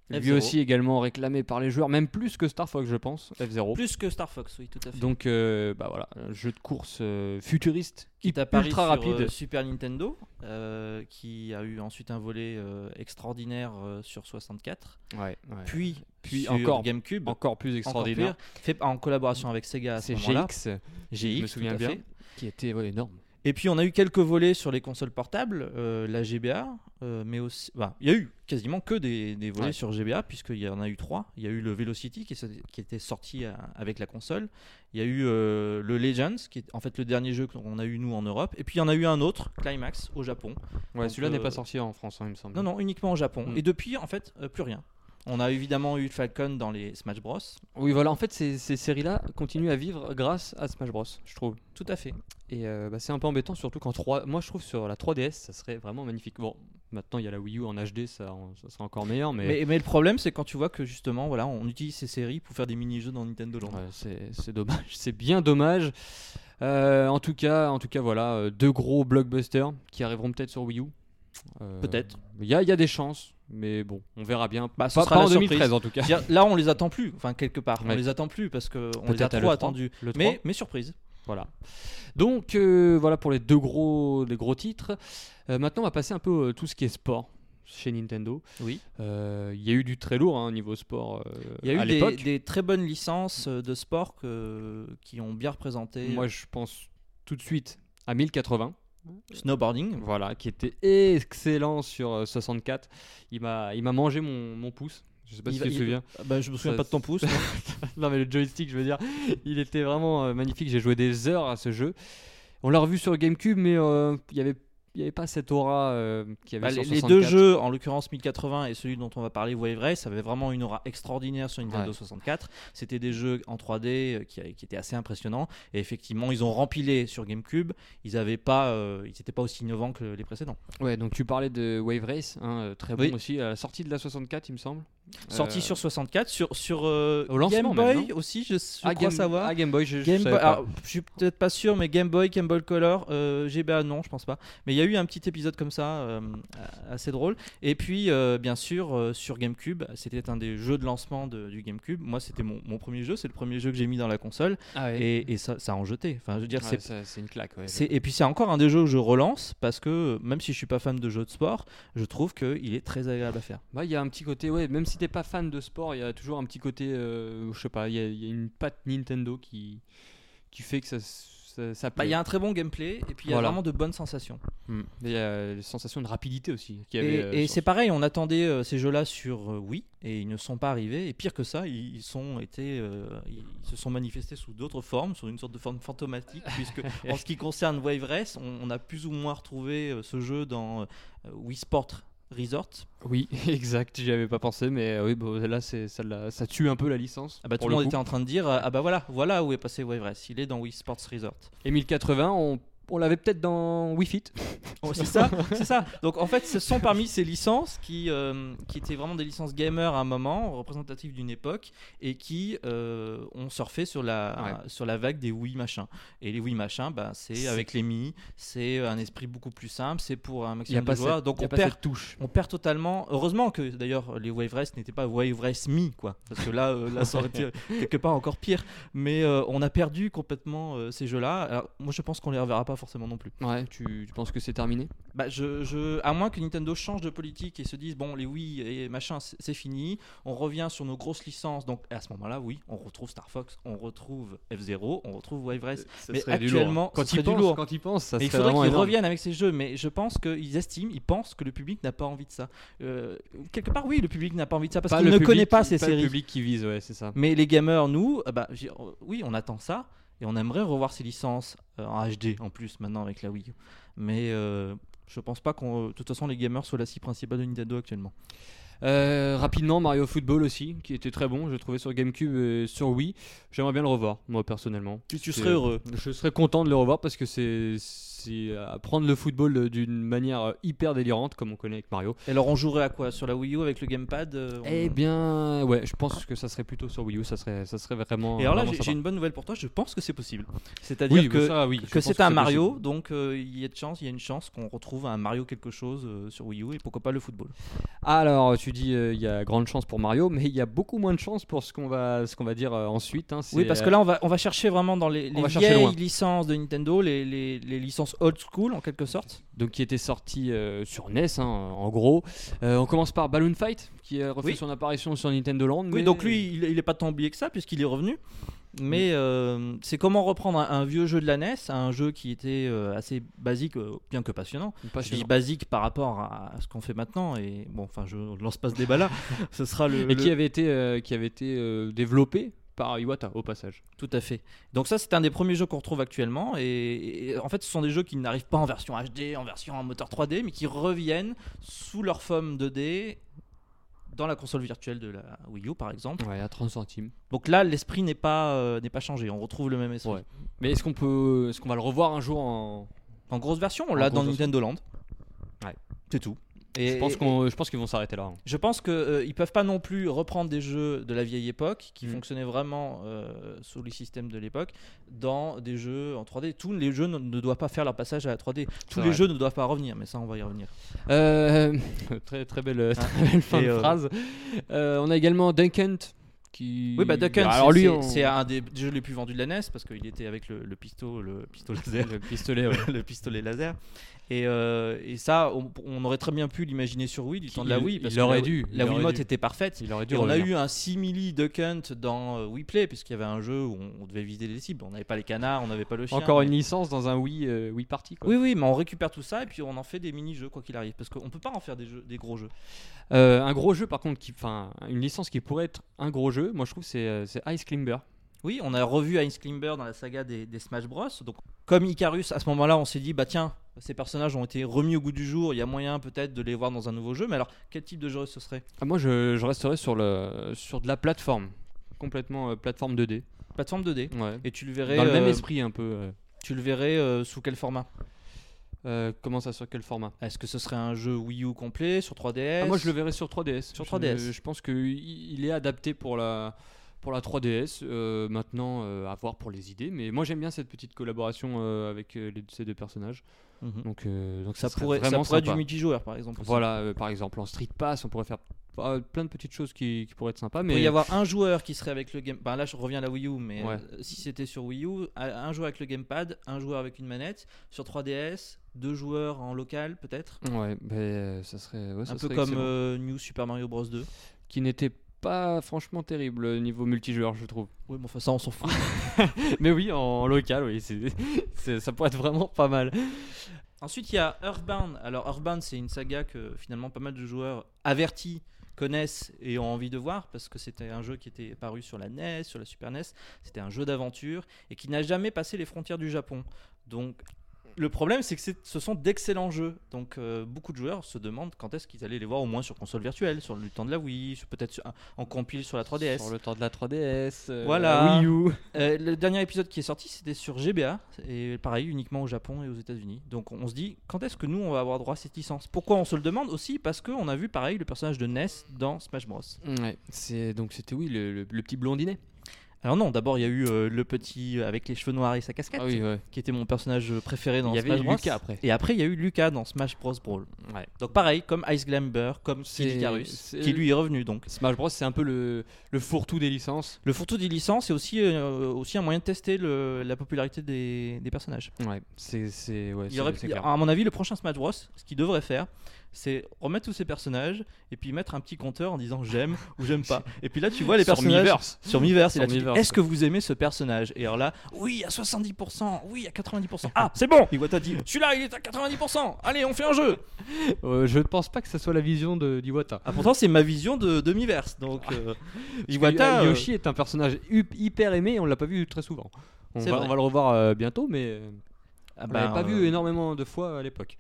[SPEAKER 1] Lui
[SPEAKER 2] F-Zero.
[SPEAKER 1] aussi également réclamé par les joueurs, même plus que Star Fox, je pense, F-Zero.
[SPEAKER 2] Plus que Star Fox, oui, tout à fait.
[SPEAKER 1] Donc, euh, bah voilà, un jeu de course euh, futuriste,
[SPEAKER 2] qui est apparu
[SPEAKER 1] ultra
[SPEAKER 2] sur,
[SPEAKER 1] rapide.
[SPEAKER 2] euh, Super Nintendo, euh, qui a eu ensuite un volet euh, extraordinaire euh, sur 64,
[SPEAKER 1] Ouais, ouais. Puis,
[SPEAKER 2] puis,
[SPEAKER 1] Puis
[SPEAKER 2] sur
[SPEAKER 1] encore-
[SPEAKER 2] GameCube,
[SPEAKER 1] euh, encore plus
[SPEAKER 2] encore pire,
[SPEAKER 1] extraordinaire.
[SPEAKER 2] fait en collaboration avec Sega à ce
[SPEAKER 1] C'est
[SPEAKER 2] moment-là.
[SPEAKER 1] GX,
[SPEAKER 2] GX,
[SPEAKER 1] je me souviens
[SPEAKER 2] tout à
[SPEAKER 1] bien,
[SPEAKER 2] fait.
[SPEAKER 1] qui était ouais, énorme.
[SPEAKER 2] Et puis on a eu quelques volets sur les consoles portables, euh, la GBA, euh, mais aussi, bah, il y a eu quasiment que des, des volets
[SPEAKER 1] Ouais.
[SPEAKER 2] sur GBA puisqu'il y en a eu trois. Il y a eu le Velocity qui, est- qui était sorti euh, avec la console. Il y a eu euh, le Legends qui est en fait le dernier jeu qu'on a eu nous en Europe. Et puis il y en a eu un autre, Climax, au Japon.
[SPEAKER 1] Ouais,
[SPEAKER 2] Donc,
[SPEAKER 1] celui-là n'est
[SPEAKER 2] euh,
[SPEAKER 1] pas sorti en France, hein, il me semble.
[SPEAKER 2] Non, non, uniquement au Japon.
[SPEAKER 1] Mm.
[SPEAKER 2] Et depuis, en fait, euh, plus rien. On a évidemment eu Falcon dans les Smash Bros.
[SPEAKER 1] Oui, voilà, en fait, ces, ces séries-là continuent à vivre grâce à Smash Bros, je trouve.
[SPEAKER 2] Tout à fait.
[SPEAKER 1] Et euh, bah, c'est un peu embêtant, surtout qu'en 3. Moi, je trouve sur la 3DS, ça serait vraiment magnifique. Bon, maintenant, il y a la Wii U en HD, ça, en- ça sera encore meilleur, mais.
[SPEAKER 2] Mais, mais le problème, c'est quand tu vois que justement, voilà, on utilise ces séries pour faire des mini-jeux dans Nintendo Land.
[SPEAKER 1] Ouais, c'est c'est dommage, *laughs* c'est bien dommage. Euh, en tout cas, en tout cas, voilà, euh, deux gros blockbusters qui arriveront peut-être sur Wii U. Euh,
[SPEAKER 2] Peut-être.
[SPEAKER 1] Il y a, il y a des chances, mais bon, on verra bien.
[SPEAKER 2] Bah, ce
[SPEAKER 1] pas
[SPEAKER 2] sera
[SPEAKER 1] pas
[SPEAKER 2] la
[SPEAKER 1] en
[SPEAKER 2] surprise.
[SPEAKER 1] 2013 en tout
[SPEAKER 2] *laughs*
[SPEAKER 1] cas.
[SPEAKER 2] C'est-à-dire, Là, on les attend plus, enfin quelque part, on
[SPEAKER 1] Ouais.
[SPEAKER 2] les attend plus parce que on les a
[SPEAKER 1] Peut-être à
[SPEAKER 2] trop
[SPEAKER 1] l'E3,
[SPEAKER 2] attendus.
[SPEAKER 1] le 3.
[SPEAKER 2] Mais, mais surprise.
[SPEAKER 1] Voilà. Donc euh, voilà pour les deux gros, les gros titres. Euh, maintenant, on va passer un peu euh, tout ce qui est sport chez Nintendo.
[SPEAKER 2] Oui.
[SPEAKER 1] Euh, Il y a eu du très lourd hein, niveau sport euh,
[SPEAKER 2] Il y a
[SPEAKER 1] à
[SPEAKER 2] eu des,
[SPEAKER 1] l'époque.
[SPEAKER 2] des très bonnes licences euh, de sport que- qui ont bien représenté
[SPEAKER 1] Moi, je pense tout de suite à 1080.
[SPEAKER 2] snowboarding.
[SPEAKER 1] Voilà, qui était excellent sur euh, 64. Il m'a, il m'a mangé mon, mon pouce. Je sais pas
[SPEAKER 2] Il
[SPEAKER 1] si
[SPEAKER 2] va-
[SPEAKER 1] tu te
[SPEAKER 2] il-
[SPEAKER 1] souviens.
[SPEAKER 2] Bah, je me souviens
[SPEAKER 1] Ça-
[SPEAKER 2] pas de ton pouce.
[SPEAKER 1] *laughs* non, mais le joystick, je veux dire, il était vraiment euh, magnifique. J'ai joué des heures à ce jeu. On l'a revu sur GameCube, mais euh, il y avait, il y avait pas cette aura euh, qu'il y *laughs* avait sur
[SPEAKER 2] Bah, les, les
[SPEAKER 1] 64.
[SPEAKER 2] deux jeux, en l'occurrence 1080 et celui dont on va parler, Wave Race, avaient vraiment une aura extraordinaire sur Nintendo
[SPEAKER 1] Ouais.
[SPEAKER 2] 64. C'était des jeux en 3D euh, qui, qui étaient assez impressionnants. Et effectivement, ils ont rempilé sur GameCube. Ils n'avaient pas, euh, ils n'étaient pas aussi innovants que les précédents.
[SPEAKER 1] Ouais, donc tu parlais de Wave Race, hein, euh, très bon
[SPEAKER 2] Oui.
[SPEAKER 1] aussi, à la sortie de la 64, il me semble.
[SPEAKER 2] Sorti
[SPEAKER 1] Euh,
[SPEAKER 2] sur 64, sur sur euh,
[SPEAKER 1] Au lancement
[SPEAKER 2] Game
[SPEAKER 1] même,
[SPEAKER 2] Boy aussi, je, je
[SPEAKER 1] à
[SPEAKER 2] crois
[SPEAKER 1] Game,
[SPEAKER 2] savoir.
[SPEAKER 1] à Game Boy, je, je
[SPEAKER 2] Game
[SPEAKER 1] savais
[SPEAKER 2] Boy,
[SPEAKER 1] pas.
[SPEAKER 2] alors, je suis peut-être pas sûr, mais Game Boy, Game Boy Color, euh, GBA, non, je pense pas. Mais il y a eu un petit épisode comme ça, euh, assez drôle. Et puis, euh, bien sûr, euh, sur GameCube, c'était un des jeux de lancement de- du GameCube. Moi, c'était mon, mon premier jeu, c'est le premier jeu que j'ai mis dans la console,
[SPEAKER 1] Ah ouais. Ah
[SPEAKER 2] et, et ça, ça a en jeté. Enfin, je veux dire,
[SPEAKER 1] Ouais,
[SPEAKER 2] c'est
[SPEAKER 1] ça, c'est une claque. ouais.
[SPEAKER 2] c'est- et puis c'est encore un des jeux que je relance parce que même si je suis pas fan de jeux de sport, je trouve qu'il est très agréable à faire.
[SPEAKER 1] Bah, il y a un petit côté, ouais, même si t'es pas fan de sport, il y a toujours un petit côté, euh, je sais pas, il y, a- il y a une patte Nintendo qui, qui fait que ça, s- ça, ça
[SPEAKER 2] Bah,
[SPEAKER 1] plaît.
[SPEAKER 2] il y a un très bon gameplay et puis il y a
[SPEAKER 1] Voilà.
[SPEAKER 2] vraiment de bonnes sensations.
[SPEAKER 1] Hmm. Et Il y a une sensation de rapidité aussi. qu'il y avait,
[SPEAKER 2] Et,
[SPEAKER 1] euh,
[SPEAKER 2] et
[SPEAKER 1] sur-
[SPEAKER 2] c'est pareil, on attendait euh, ces jeux-là sur euh, Wii et ils ne sont pas arrivés. Et pire que ça, ils, ils sont été, euh, ils, ils se sont manifestés sous d'autres formes, sous une sorte de forme fantomatique,
[SPEAKER 1] *laughs*
[SPEAKER 2] puisque en ce qui concerne Wave Race, on, on a plus ou moins retrouvé euh, ce jeu dans euh, Wii Sport Resort.
[SPEAKER 1] Oui, *laughs* exact, j'y avais pas pensé, mais euh, oui, bon, là, c'est, ça, l'a- ça tue un peu la licence.
[SPEAKER 2] Ah bah, tout
[SPEAKER 1] pour
[SPEAKER 2] le monde
[SPEAKER 1] coup.
[SPEAKER 2] était en train de dire euh, ah bah voilà, voilà où est passé Wave Race. Il est dans Wii Sports Resort.
[SPEAKER 1] Et 1080, on, on l'avait peut-être dans Wii *laughs* Fit.
[SPEAKER 2] Oh, c'est ça, c'est ça. Donc en fait, ce sont parmi ces licences qui, euh, qui étaient vraiment des licences gamer à un moment, représentatives d'une époque, et qui euh, ont surfé sur la, sur la vague des Wii machins. Et les Wii machins, bah, c'est
[SPEAKER 1] C'est-
[SPEAKER 2] avec les Mi, c'est un esprit beaucoup plus simple, c'est pour
[SPEAKER 1] Il n'y
[SPEAKER 2] un
[SPEAKER 1] a
[SPEAKER 2] maximum de
[SPEAKER 1] pas
[SPEAKER 2] joueurs.
[SPEAKER 1] cette,
[SPEAKER 2] donc
[SPEAKER 1] il y a
[SPEAKER 2] on
[SPEAKER 1] pas
[SPEAKER 2] perd,
[SPEAKER 1] cette touche.
[SPEAKER 2] on perd totalement. Heureusement que d'ailleurs les Wave Race n'étaient pas Wave Race Mi, quoi. Parce que là, euh, là ça aurait été
[SPEAKER 1] *laughs*
[SPEAKER 2] quelque part encore pire. Mais euh, on a perdu complètement euh, ces jeux-là. Alors, moi, je pense qu'on les reverra pas forcément non plus.
[SPEAKER 1] Ouais, tu, tu penses que c'est terminé
[SPEAKER 2] Bah, je, je- à moins que Nintendo change de politique et se dise bon les Wii et machin c'est c'est fini, on revient sur nos grosses licences. Donc à ce moment-là, oui, on retrouve Star Fox, on retrouve F-Zero, on retrouve Wave Race.
[SPEAKER 1] Ça
[SPEAKER 2] Mais
[SPEAKER 1] serait du
[SPEAKER 2] actuellement,
[SPEAKER 1] lourd.
[SPEAKER 2] ce
[SPEAKER 1] quand
[SPEAKER 2] serait
[SPEAKER 1] il
[SPEAKER 2] du
[SPEAKER 1] pense,
[SPEAKER 2] lourd.
[SPEAKER 1] quand il pense, ça
[SPEAKER 2] Mais il
[SPEAKER 1] serait
[SPEAKER 2] faudrait
[SPEAKER 1] vraiment
[SPEAKER 2] qu'ils
[SPEAKER 1] énorme.
[SPEAKER 2] reviennent avec ces jeux, mais je pense qu'ils estiment, ils pensent que le public n'a pas envie de ça. Euh, quelque part, oui, le public n'a pas envie de ça parce
[SPEAKER 1] Pas
[SPEAKER 2] qu'il
[SPEAKER 1] le
[SPEAKER 2] ne
[SPEAKER 1] public
[SPEAKER 2] connaît pas
[SPEAKER 1] qui-
[SPEAKER 2] ces
[SPEAKER 1] Le
[SPEAKER 2] séries.
[SPEAKER 1] public qui vise, ouais, c'est ça.
[SPEAKER 2] Mais les gamers, nous, euh, bah, j'ai- euh, oui, on attend ça et on aimerait revoir ces licences euh, en HD en plus maintenant avec la Wii. U. Mais euh, je pense pas qu'on. De toute façon, les gamers soient la scie principale de Nintendo actuellement.
[SPEAKER 1] Euh, rapidement, Mario Football aussi, qui était très bon, je le trouvais sur GameCube, euh, sur Wii. J'aimerais bien le revoir, moi personnellement.
[SPEAKER 2] Tu,
[SPEAKER 1] C'est-
[SPEAKER 2] serais *laughs* heureux.
[SPEAKER 1] Je serais content de le revoir parce que c'est c'est, euh, prendre le football euh, d'une manière euh, hyper délirante, comme on connaît avec Mario.
[SPEAKER 2] Et alors, on jouerait à quoi Sur la Wii U avec le gamepad euh, on-
[SPEAKER 1] Eh bien, ouais, je pense que ça serait plutôt sur Wii U, ça serait, ça serait vraiment.
[SPEAKER 2] Et alors là,
[SPEAKER 1] vraiment
[SPEAKER 2] j'ai
[SPEAKER 1] sympa.
[SPEAKER 2] j'ai une bonne nouvelle pour toi. Je pense que c'est possible. C'est-à-dire
[SPEAKER 1] Oui,
[SPEAKER 2] que.
[SPEAKER 1] mais ça, oui, je
[SPEAKER 2] que
[SPEAKER 1] pense
[SPEAKER 2] c'est un Mario,
[SPEAKER 1] possible.
[SPEAKER 2] donc euh, il y a de chance, il y a une chance qu'on retrouve un Mario quelque chose euh, sur Wii U et pourquoi pas le football.
[SPEAKER 1] Alors, tu dis, euh, il y a grande chance pour Mario, mais il y a beaucoup moins de chance pour ce qu'on va, ce qu'on va dire euh, ensuite. hein,
[SPEAKER 2] Oui,
[SPEAKER 1] c'est,
[SPEAKER 2] parce
[SPEAKER 1] euh,
[SPEAKER 2] que là, on va, on va chercher vraiment dans les, les
[SPEAKER 1] va chercher loin.
[SPEAKER 2] vieilles licences de Nintendo, les, les- les licences old school en quelque sorte.
[SPEAKER 1] donc qui était sorti euh, sur NES, hein, en gros. Euh, on commence par Balloon Fight, qui a refait
[SPEAKER 2] Oui.
[SPEAKER 1] son apparition sur Nintendo Land.
[SPEAKER 2] Oui,
[SPEAKER 1] mais-
[SPEAKER 2] donc lui, il, il est pas tant oublié que ça puisqu'il est revenu. Mais euh, c'est comment reprendre un, un vieux jeu de la NES, un jeu qui était euh, assez basique, euh, bien que passionnant.
[SPEAKER 1] pas
[SPEAKER 2] Je
[SPEAKER 1] chez-
[SPEAKER 2] dis basique par rapport à, à ce qu'on fait maintenant et bon, enfin, je lance pas ce débat *laughs* là. ce sera le,
[SPEAKER 1] et
[SPEAKER 2] le-
[SPEAKER 1] qui avait été, euh, qui avait été euh, développé par Iwata au passage.
[SPEAKER 2] Tout à fait. Donc ça, c'est un des premiers jeux qu'on retrouve actuellement. Et, et en fait, ce sont des jeux qui n'arrivent pas en version HD, en version en moteur 3D, mais qui reviennent sous leur forme 2D dans la console virtuelle de la Wii U, par exemple.
[SPEAKER 1] Ouais, à 30 centimes.
[SPEAKER 2] Donc là, l'esprit n'est pas, euh, n'est pas changé. On retrouve le même esprit.
[SPEAKER 1] Ouais. Mais est-ce qu'on peut, est-ce qu'on va le revoir un jour en
[SPEAKER 2] En grosse version, on
[SPEAKER 1] En
[SPEAKER 2] l'a
[SPEAKER 1] grosse
[SPEAKER 2] dans
[SPEAKER 1] version.
[SPEAKER 2] Nintendo Land.
[SPEAKER 1] Ouais.
[SPEAKER 2] C'est tout.
[SPEAKER 1] Je
[SPEAKER 2] Et-
[SPEAKER 1] pense
[SPEAKER 2] et-
[SPEAKER 1] qu'on, je pense qu'ils vont s'arrêter là. hein.
[SPEAKER 2] Je pense qu'ils ne peuvent pas non plus reprendre des jeux de la vieille époque qui
[SPEAKER 1] Mm.
[SPEAKER 2] fonctionnaient vraiment euh, sous les systèmes de l'époque dans des jeux en 3D. Tous les jeux ne, ne doivent pas faire leur passage à la 3D. Tous les
[SPEAKER 1] vrai.
[SPEAKER 2] jeux ne doivent pas revenir, mais ça, on va y revenir.
[SPEAKER 1] Euh, *laughs* très très belle, très belle fin
[SPEAKER 2] et,
[SPEAKER 1] de
[SPEAKER 2] euh,
[SPEAKER 1] phrase. Euh, on a également Duck Hunt qui.
[SPEAKER 2] Oui, bah Duck Hunt,
[SPEAKER 1] alors
[SPEAKER 2] c'est-
[SPEAKER 1] lui,
[SPEAKER 2] c'est
[SPEAKER 1] on-
[SPEAKER 2] c'est un des jeux les plus vendus de la NES parce qu'il était avec le, le pisto- le pistolet laser.
[SPEAKER 1] *laughs*
[SPEAKER 2] *laughs*
[SPEAKER 1] le pistolet. ouais.
[SPEAKER 2] le pistolet laser. Et, euh, et ça, on, on aurait très bien pu l'imaginer sur Wii du temps de la
[SPEAKER 1] Il-
[SPEAKER 2] Wii.
[SPEAKER 1] il
[SPEAKER 2] parce que
[SPEAKER 1] aurait
[SPEAKER 2] la-
[SPEAKER 1] dû, il
[SPEAKER 2] La
[SPEAKER 1] aurait
[SPEAKER 2] Wiimote
[SPEAKER 1] dû.
[SPEAKER 2] était parfaite.
[SPEAKER 1] Il aurait dû.
[SPEAKER 2] Et on a
[SPEAKER 1] revenir.
[SPEAKER 2] eu un simili Duck Hunt dans euh, WePlay, puisqu'il y avait un jeu où on, on devait viser les cibles. On n'avait pas les canards, on n'avait pas le chien.
[SPEAKER 1] encore
[SPEAKER 2] mais-
[SPEAKER 1] une licence dans un Wii, euh, Wii Party. Quoi.
[SPEAKER 2] Oui, oui, mais on récupère tout ça et puis on en fait des mini-jeux, quoi qu'il arrive. Parce qu'on peut pas en faire des, jeux, des gros jeux.
[SPEAKER 1] Euh, un gros jeu par contre, qui, enfin, une licence qui pourrait être un gros jeu. Moi, je trouve c'est, euh, c'est Ice Climber.
[SPEAKER 2] Oui, on a revu Ice Climber dans la saga des, des Smash Bros. Donc, comme Icarus, à ce moment-là, on s'est dit, bah tiens, ces personnages ont été remis au goût du jour. Il y a moyen peut-être de les voir dans un nouveau jeu. Mais alors, quel type de jeu ce serait
[SPEAKER 1] Ah, moi, je, je resterai sur le, sur de la plateforme, complètement euh, plateforme 2D.
[SPEAKER 2] Plateforme 2D.
[SPEAKER 1] Ouais.
[SPEAKER 2] Et tu le verrais,
[SPEAKER 1] dans le même
[SPEAKER 2] euh,
[SPEAKER 1] esprit un peu. euh.
[SPEAKER 2] tu le verrais euh, sous quel format
[SPEAKER 1] Euh, comment ça, sur quel format
[SPEAKER 2] Est-ce que ce serait un jeu Wii U complet, sur 3DS
[SPEAKER 1] Ah, Moi, je le verrais sur 3DS.
[SPEAKER 2] Sur
[SPEAKER 1] Je-
[SPEAKER 2] 3DS.
[SPEAKER 1] Je, pense que i- il est adapté pour la pour la 3DS. euh, maintenant, euh, à voir pour les idées. Mais moi, j'aime bien cette petite collaboration euh, avec euh, les, ces deux personnages.
[SPEAKER 2] Mhm.
[SPEAKER 1] Donc, euh, donc
[SPEAKER 2] Ça
[SPEAKER 1] serait
[SPEAKER 2] pourrait, ça
[SPEAKER 1] vraiment
[SPEAKER 2] pourrait être du
[SPEAKER 1] sympa.
[SPEAKER 2] multijoueur par exemple. aussi.
[SPEAKER 1] Voilà, euh, par exemple, en Street Pass, on pourrait faire euh, plein de petites choses qui, qui pourraient être sympas.
[SPEAKER 2] Il
[SPEAKER 1] Mais
[SPEAKER 2] pourrait y avoir un joueur qui serait avec le game. Ben là, je reviens à la Wii U, mais
[SPEAKER 1] Ouais.
[SPEAKER 2] euh, si c'était sur Wii U, un un joueur avec le gamepad, un joueur avec une manette, sur 3DS, deux joueurs en local peut-être.
[SPEAKER 1] Ouais, mais, euh, ça serait ouais, ça
[SPEAKER 2] Un peu
[SPEAKER 1] serait
[SPEAKER 2] comme
[SPEAKER 1] excellent.
[SPEAKER 2] euh, New Super Mario Bros 2.
[SPEAKER 1] qui n'était pas franchement terrible euh, niveau multijoueur, je trouve.
[SPEAKER 2] Oui, mais enfin, ça, on s'en *laughs* fout.
[SPEAKER 1] Mais oui, en local, oui, c'est- c'est- ça pourrait être vraiment pas mal.
[SPEAKER 2] Ensuite, il y a Earthbound. Alors, Earthbound, c'est une saga que finalement pas mal de joueurs avertis connaissent et ont envie de voir parce que c'était un jeu qui était paru sur la NES, sur la Super NES. C'était un jeu d'aventure et qui n'a jamais passé les frontières du Japon. Donc, le problème, c'est que c'est- ce sont d'excellents jeux. Donc, euh, beaucoup de joueurs se demandent quand est-ce qu'ils allaient les voir au moins sur console virtuelle, sur le temps de la Wii, sur- peut-être sur- en compile sur la 3DS.
[SPEAKER 1] Sur le temps de la 3DS, euh,
[SPEAKER 2] Voilà.
[SPEAKER 1] la Wii U.
[SPEAKER 2] Euh, le dernier épisode qui est sorti, c'était sur GBA, et pareil, uniquement au Japon et aux États-Unis. Donc on se dit, quand est-ce que nous, on va avoir droit à cette licence Pourquoi on se le demande aussi Parce qu'on a vu, pareil, le personnage de Ness dans Smash Bros.
[SPEAKER 1] Ouais, c'est donc c'était oui le, le- le petit blondinet.
[SPEAKER 2] Alors non, d'abord, il y a eu euh, le petit euh, avec les cheveux noirs et sa casquette,
[SPEAKER 1] Ah oui, ouais.
[SPEAKER 2] qui était mon personnage euh, préféré dans
[SPEAKER 1] Il y
[SPEAKER 2] Smash
[SPEAKER 1] avait
[SPEAKER 2] Bros.
[SPEAKER 1] Lucas après.
[SPEAKER 2] Et après, il y a eu Lucas dans Smash Bros. Brawl.
[SPEAKER 1] Ouais.
[SPEAKER 2] Donc pareil, comme Ice Glamber, comme
[SPEAKER 1] C'est-
[SPEAKER 2] Kid Icarus,
[SPEAKER 1] c'est-
[SPEAKER 2] qui lui est revenu donc.
[SPEAKER 1] Smash Bros, c'est un peu le, le fourre-tout des licences.
[SPEAKER 2] Le fourre-tout des licences est aussi, euh, aussi un moyen de tester le- la popularité des- des personnages.
[SPEAKER 1] Ouais, c'est c'est ouais,
[SPEAKER 2] Il
[SPEAKER 1] c'est-
[SPEAKER 2] aurait
[SPEAKER 1] c'est
[SPEAKER 2] pu-
[SPEAKER 1] clair.
[SPEAKER 2] à mon avis, le prochain Smash Bros, ce qu'il devrait faire, c'est remettre tous ces personnages et puis mettre un petit compteur en disant j'aime ou j'aime *laughs* pas. Et puis là, tu vois les
[SPEAKER 1] Sur
[SPEAKER 2] personnages
[SPEAKER 1] Miiverse.
[SPEAKER 2] sur Miiverse, et là,
[SPEAKER 1] Sur
[SPEAKER 2] tu dis,
[SPEAKER 1] Miiverse,
[SPEAKER 2] Est-ce que vous aimez ce personnage Et alors là, oui à 70%, oui à 90%. Ah, *laughs* c'est bon. Iwata dit celui-là, il est à 90%. Allez, on fait un jeu.
[SPEAKER 1] Euh, je ne pense pas que ça soit la vision de d'Iwata.
[SPEAKER 2] Ah, pourtant, c'est ma vision de, de Miiverse. Donc, euh,
[SPEAKER 1] Iwata
[SPEAKER 2] Iwata, euh,
[SPEAKER 1] Yoshi est un personnage hu- hyper aimé, on l'a pas vu très souvent. On
[SPEAKER 2] C'est
[SPEAKER 1] va,
[SPEAKER 2] vrai.
[SPEAKER 1] on va le revoir euh, bientôt, mais euh,
[SPEAKER 2] ah
[SPEAKER 1] on
[SPEAKER 2] bah,
[SPEAKER 1] l'avait pas
[SPEAKER 2] euh,
[SPEAKER 1] vu énormément de fois à l'époque.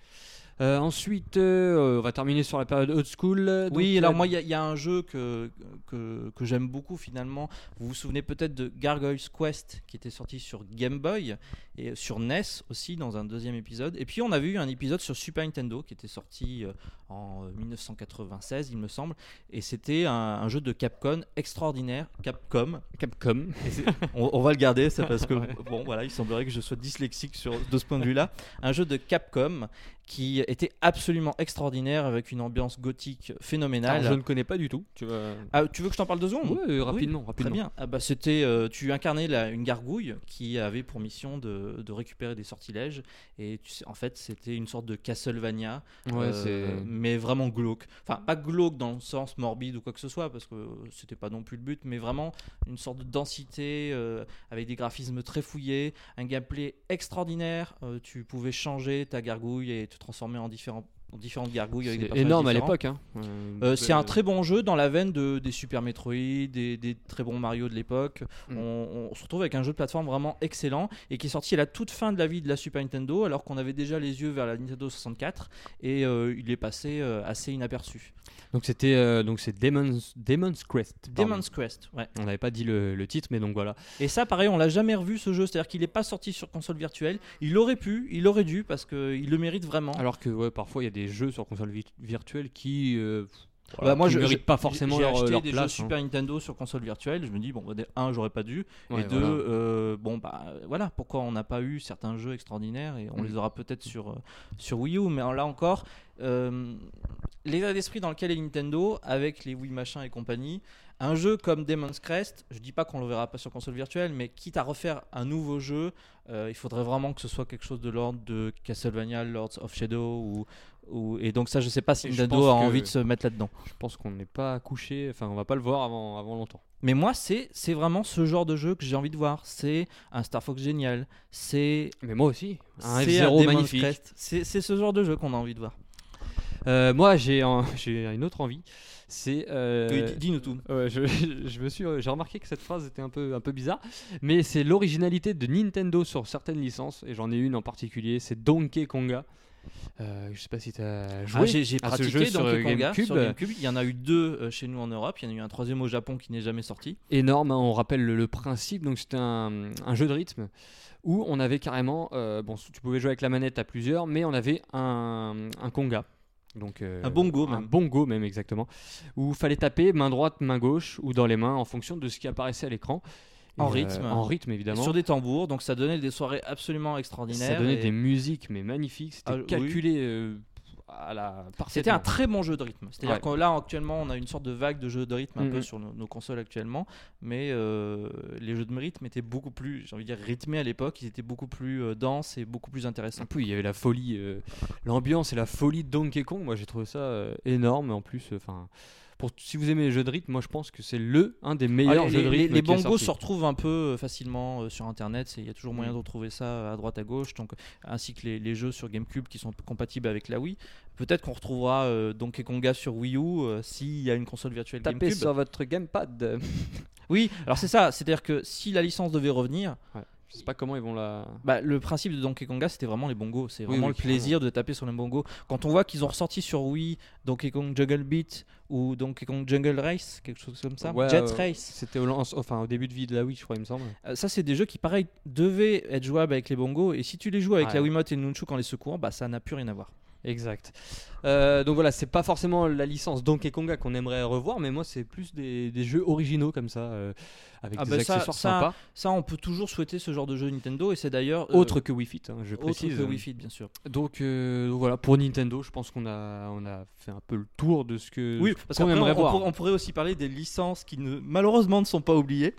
[SPEAKER 1] Euh, ensuite, euh, on va terminer sur la période old school. Donc,
[SPEAKER 2] oui,
[SPEAKER 1] euh,
[SPEAKER 2] alors moi, il y, a- il y a un jeu que, que, que j'aime beaucoup finalement. Vous vous souvenez peut-être de Gargoyle's Quest qui était sorti sur Game Boy et sur NES aussi dans un deuxième épisode. Et puis on avait eu un épisode sur Super Nintendo qui était sorti euh, en euh, 1996, il me semble. Et c'était un, un jeu de Capcom extraordinaire. Capcom.
[SPEAKER 1] Capcom.
[SPEAKER 2] On, on va le garder, ça parce que
[SPEAKER 1] *laughs* Ouais.
[SPEAKER 2] bon, voilà, il semblerait que je sois dyslexique sur, de ce point de vue-là. Un jeu de Capcom qui était absolument extraordinaire avec une ambiance gothique phénoménale.
[SPEAKER 1] Alors, Ah, je ne connais pas du tout. Tu vas...
[SPEAKER 2] Ah, tu veux que je t'en parle deux secondes
[SPEAKER 1] Ouais, euh, rapidement,
[SPEAKER 2] Très
[SPEAKER 1] rapidement.
[SPEAKER 2] bien. Ah bah, c'était, euh, tu incarnais la- une gargouille qui avait pour mission de, de récupérer des sortilèges et tu sais, en fait c'était une sorte de Castlevania,
[SPEAKER 1] Ouais,
[SPEAKER 2] euh,
[SPEAKER 1] c'est.
[SPEAKER 2] mais vraiment glauque. Enfin pas glauque dans le sens morbide ou quoi que ce soit parce que c'était pas non plus le but, mais vraiment une sorte de densité euh, avec des graphismes très fouillés, un gameplay extraordinaire. Euh, tu pouvais changer ta gargouille et te transformer en différents en différentes gargouilles avec des
[SPEAKER 1] C'est
[SPEAKER 2] personnages
[SPEAKER 1] énorme à
[SPEAKER 2] différents.
[SPEAKER 1] l'époque. hein.
[SPEAKER 2] Euh,
[SPEAKER 1] Euh,
[SPEAKER 2] c'est un très bon jeu dans la veine de, des Super Metroid, des, des très bons Mario de l'époque.
[SPEAKER 1] Mm.
[SPEAKER 2] On, on se retrouve avec un jeu de plateforme vraiment excellent et qui est sorti à la toute fin de la vie de la Super Nintendo, alors qu'on avait déjà les yeux vers la Nintendo 64 et euh, il est passé euh, assez inaperçu.
[SPEAKER 1] Donc c'était euh, donc c'est Demon's Demon's Quest. pardon.
[SPEAKER 2] Demon's Quest, ouais.
[SPEAKER 1] On n'avait pas dit le, le titre, mais donc voilà.
[SPEAKER 2] Et ça, pareil, on l'a jamais revu ce jeu, c'est-à-dire qu'il n'est pas sorti sur console virtuelle. Il aurait pu, il aurait dû parce qu'il le mérite vraiment.
[SPEAKER 1] Alors que ouais, parfois il y a des jeux sur console vi- virtuelle qui euh,
[SPEAKER 2] Bah, moi,
[SPEAKER 1] qui
[SPEAKER 2] je-
[SPEAKER 1] méritent pas forcément
[SPEAKER 2] J'ai
[SPEAKER 1] leur,
[SPEAKER 2] acheté
[SPEAKER 1] leur
[SPEAKER 2] des
[SPEAKER 1] place.
[SPEAKER 2] jeux Super Nintendo sur console virtuelle. Je me dis bon, bah, un, j'aurais pas dû.
[SPEAKER 1] hein. Ouais,
[SPEAKER 2] et deux,
[SPEAKER 1] voilà.
[SPEAKER 2] euh, bon bah euh, voilà, pourquoi on n'a pas eu certains jeux extraordinaires et on
[SPEAKER 1] Mm.
[SPEAKER 2] les aura peut-être sur, euh, sur Wii U, mais là encore, euh, l'état d'esprit dans lequel est Nintendo, avec les Wii machin et compagnie, un jeu comme Demon's Crest, je dis pas qu'on le verra pas sur console virtuelle, mais quitte à refaire un nouveau jeu, euh, il faudrait vraiment que ce soit quelque chose de l'ordre de Castlevania, Lords of Shadow ou. ou- Et donc ça, je sais pas si
[SPEAKER 1] Et je
[SPEAKER 2] Nintendo
[SPEAKER 1] pense
[SPEAKER 2] a
[SPEAKER 1] que-
[SPEAKER 2] envie de se mettre là-dedans.
[SPEAKER 1] Je pense qu'on n'est pas couché. Enfin, on va pas le voir avant avant longtemps.
[SPEAKER 2] Mais moi, c'est c'est vraiment ce genre de jeu que j'ai envie de voir. C'est un Star Fox génial. C'est
[SPEAKER 1] Mais moi aussi. Un
[SPEAKER 2] C'est
[SPEAKER 1] F0
[SPEAKER 2] Demon's
[SPEAKER 1] magnifique.
[SPEAKER 2] Crest. C'est c'est ce genre de jeu qu'on a envie de voir.
[SPEAKER 1] Euh, moi j'ai un- *laughs* j'ai une autre envie. C'est euh,
[SPEAKER 2] Dis-nous tout.
[SPEAKER 1] Ouais, je, *laughs* je me suis, j'ai remarqué que cette phrase était un peu, un peu bizarre, mais c'est l'originalité de Nintendo sur certaines licences, et j'en ai une en particulier, c'est Donkey Konga. Euh, je sais pas si t'as joué.
[SPEAKER 2] Ah, J'ai
[SPEAKER 1] à ce
[SPEAKER 2] pratiqué
[SPEAKER 1] jeu sur
[SPEAKER 2] Donkey Konga
[SPEAKER 1] GameCube.
[SPEAKER 2] sur GameCube. Il y en a eu deux euh, chez nous en Europe. Il y en a eu un troisième au Japon qui n'est jamais sorti.
[SPEAKER 1] Énorme, hein, on rappelle le, le principe. Donc c'était un, un jeu de rythme où on avait carrément, euh, bon, tu pouvais jouer avec la manette à plusieurs, mais on avait un, un Konga. Donc, euh,
[SPEAKER 2] Un bongo,
[SPEAKER 1] un
[SPEAKER 2] même.
[SPEAKER 1] bongo même exactement, où fallait taper main droite, main gauche ou dans les mains en fonction de ce qui apparaissait à l'écran.
[SPEAKER 2] En
[SPEAKER 1] Et, euh,
[SPEAKER 2] rythme.
[SPEAKER 1] en rythme
[SPEAKER 2] Et
[SPEAKER 1] évidemment.
[SPEAKER 2] Sur des tambours. Donc ça donnait des soirées absolument extraordinaires.
[SPEAKER 1] Ça donnait
[SPEAKER 2] et
[SPEAKER 1] des musiques mais magnifiques, c'était
[SPEAKER 2] Ah, oui.
[SPEAKER 1] calculé euh, à la
[SPEAKER 2] C'était
[SPEAKER 1] parfaitement.
[SPEAKER 2] un très bon jeu de rythme. C'est-à-dire
[SPEAKER 1] Ouais.
[SPEAKER 2] que là, actuellement, on a une sorte de vague de jeux de rythme un peu
[SPEAKER 1] Mhm.
[SPEAKER 2] sur nos, nos consoles actuellement. Mais euh, les jeux de rythme étaient beaucoup plus, j'ai envie de dire, rythmés à l'époque. Ils étaient beaucoup plus euh, denses et beaucoup plus intéressants.
[SPEAKER 1] Et puis, il y avait la folie, euh, l'ambiance et la folie de Donkey Kong. Moi, j'ai trouvé ça euh, énorme. En plus, enfin, pour, si vous aimez les jeux de rythme, moi je pense que c'est le un des
[SPEAKER 2] Ah,
[SPEAKER 1] meilleurs
[SPEAKER 2] les-
[SPEAKER 1] jeux de
[SPEAKER 2] les-
[SPEAKER 1] rythme.
[SPEAKER 2] Les
[SPEAKER 1] qui est
[SPEAKER 2] bongos
[SPEAKER 1] sorti.
[SPEAKER 2] se retrouvent un peu euh, facilement euh, sur internet, c'est- il y a toujours moyen
[SPEAKER 1] Mm.
[SPEAKER 2] de retrouver ça euh, à droite à gauche, donc, ainsi que les, les jeux sur GameCube qui sont compatibles avec la Wii. Peut-être qu'on retrouvera euh, Donkey Konga sur Wii U euh, s'il y a une console virtuelle
[SPEAKER 1] Tapez
[SPEAKER 2] GameCube.
[SPEAKER 1] sur votre gamepad.
[SPEAKER 2] Oui, alors c'est ça, c'est-à-dire que si la licence devait revenir,
[SPEAKER 1] je sais pas comment ils vont la.
[SPEAKER 2] bah, le principe de Donkey Konga c'était vraiment les bongos, c'est
[SPEAKER 1] Oui,
[SPEAKER 2] vraiment
[SPEAKER 1] oui,
[SPEAKER 2] le plaisir de taper sur les bongos. Quand on voit qu'ils ont ressorti sur Wii Donkey Kong Jungle Beat ou Donkey Kong Jungle Race, quelque chose comme ça,
[SPEAKER 1] Ouais,
[SPEAKER 2] Jet
[SPEAKER 1] euh,
[SPEAKER 2] Race.
[SPEAKER 1] C'était au, lance- enfin, au début de vie de la Wii, je crois, il me semble.
[SPEAKER 2] Euh, ça, c'est des jeux qui, pareil, devaient être jouables avec les bongos. Et si tu les joues avec
[SPEAKER 1] Ouais.
[SPEAKER 2] la Wiimote et le Nunchuk en les secouant, bah, ça n'a plus rien à voir.
[SPEAKER 1] Exact. Euh, donc voilà, c'est pas forcément la licence Donkey Konga qu'on aimerait revoir, mais moi c'est plus des, des jeux originaux comme ça, euh, avec
[SPEAKER 2] Ah
[SPEAKER 1] des
[SPEAKER 2] bah ça-
[SPEAKER 1] accessoires
[SPEAKER 2] ça,
[SPEAKER 1] sympas,
[SPEAKER 2] Ça, on peut toujours souhaiter ce genre de jeu Nintendo. Et c'est d'ailleurs. euh,
[SPEAKER 1] autre que Wii Fit, hein, je
[SPEAKER 2] autre
[SPEAKER 1] précise.
[SPEAKER 2] que Wii Fit, bien sûr.
[SPEAKER 1] Donc, euh, donc voilà, pour Nintendo, je pense qu'on a on a fait un peu le tour de ce que
[SPEAKER 2] Oui,
[SPEAKER 1] ce
[SPEAKER 2] parce
[SPEAKER 1] qu'on
[SPEAKER 2] qu'après, on,
[SPEAKER 1] aimerait
[SPEAKER 2] on
[SPEAKER 1] voir.
[SPEAKER 2] pour- on pourrait aussi parler des licences qui, ne, malheureusement, ne sont
[SPEAKER 1] *laughs*
[SPEAKER 2] pas oubliées.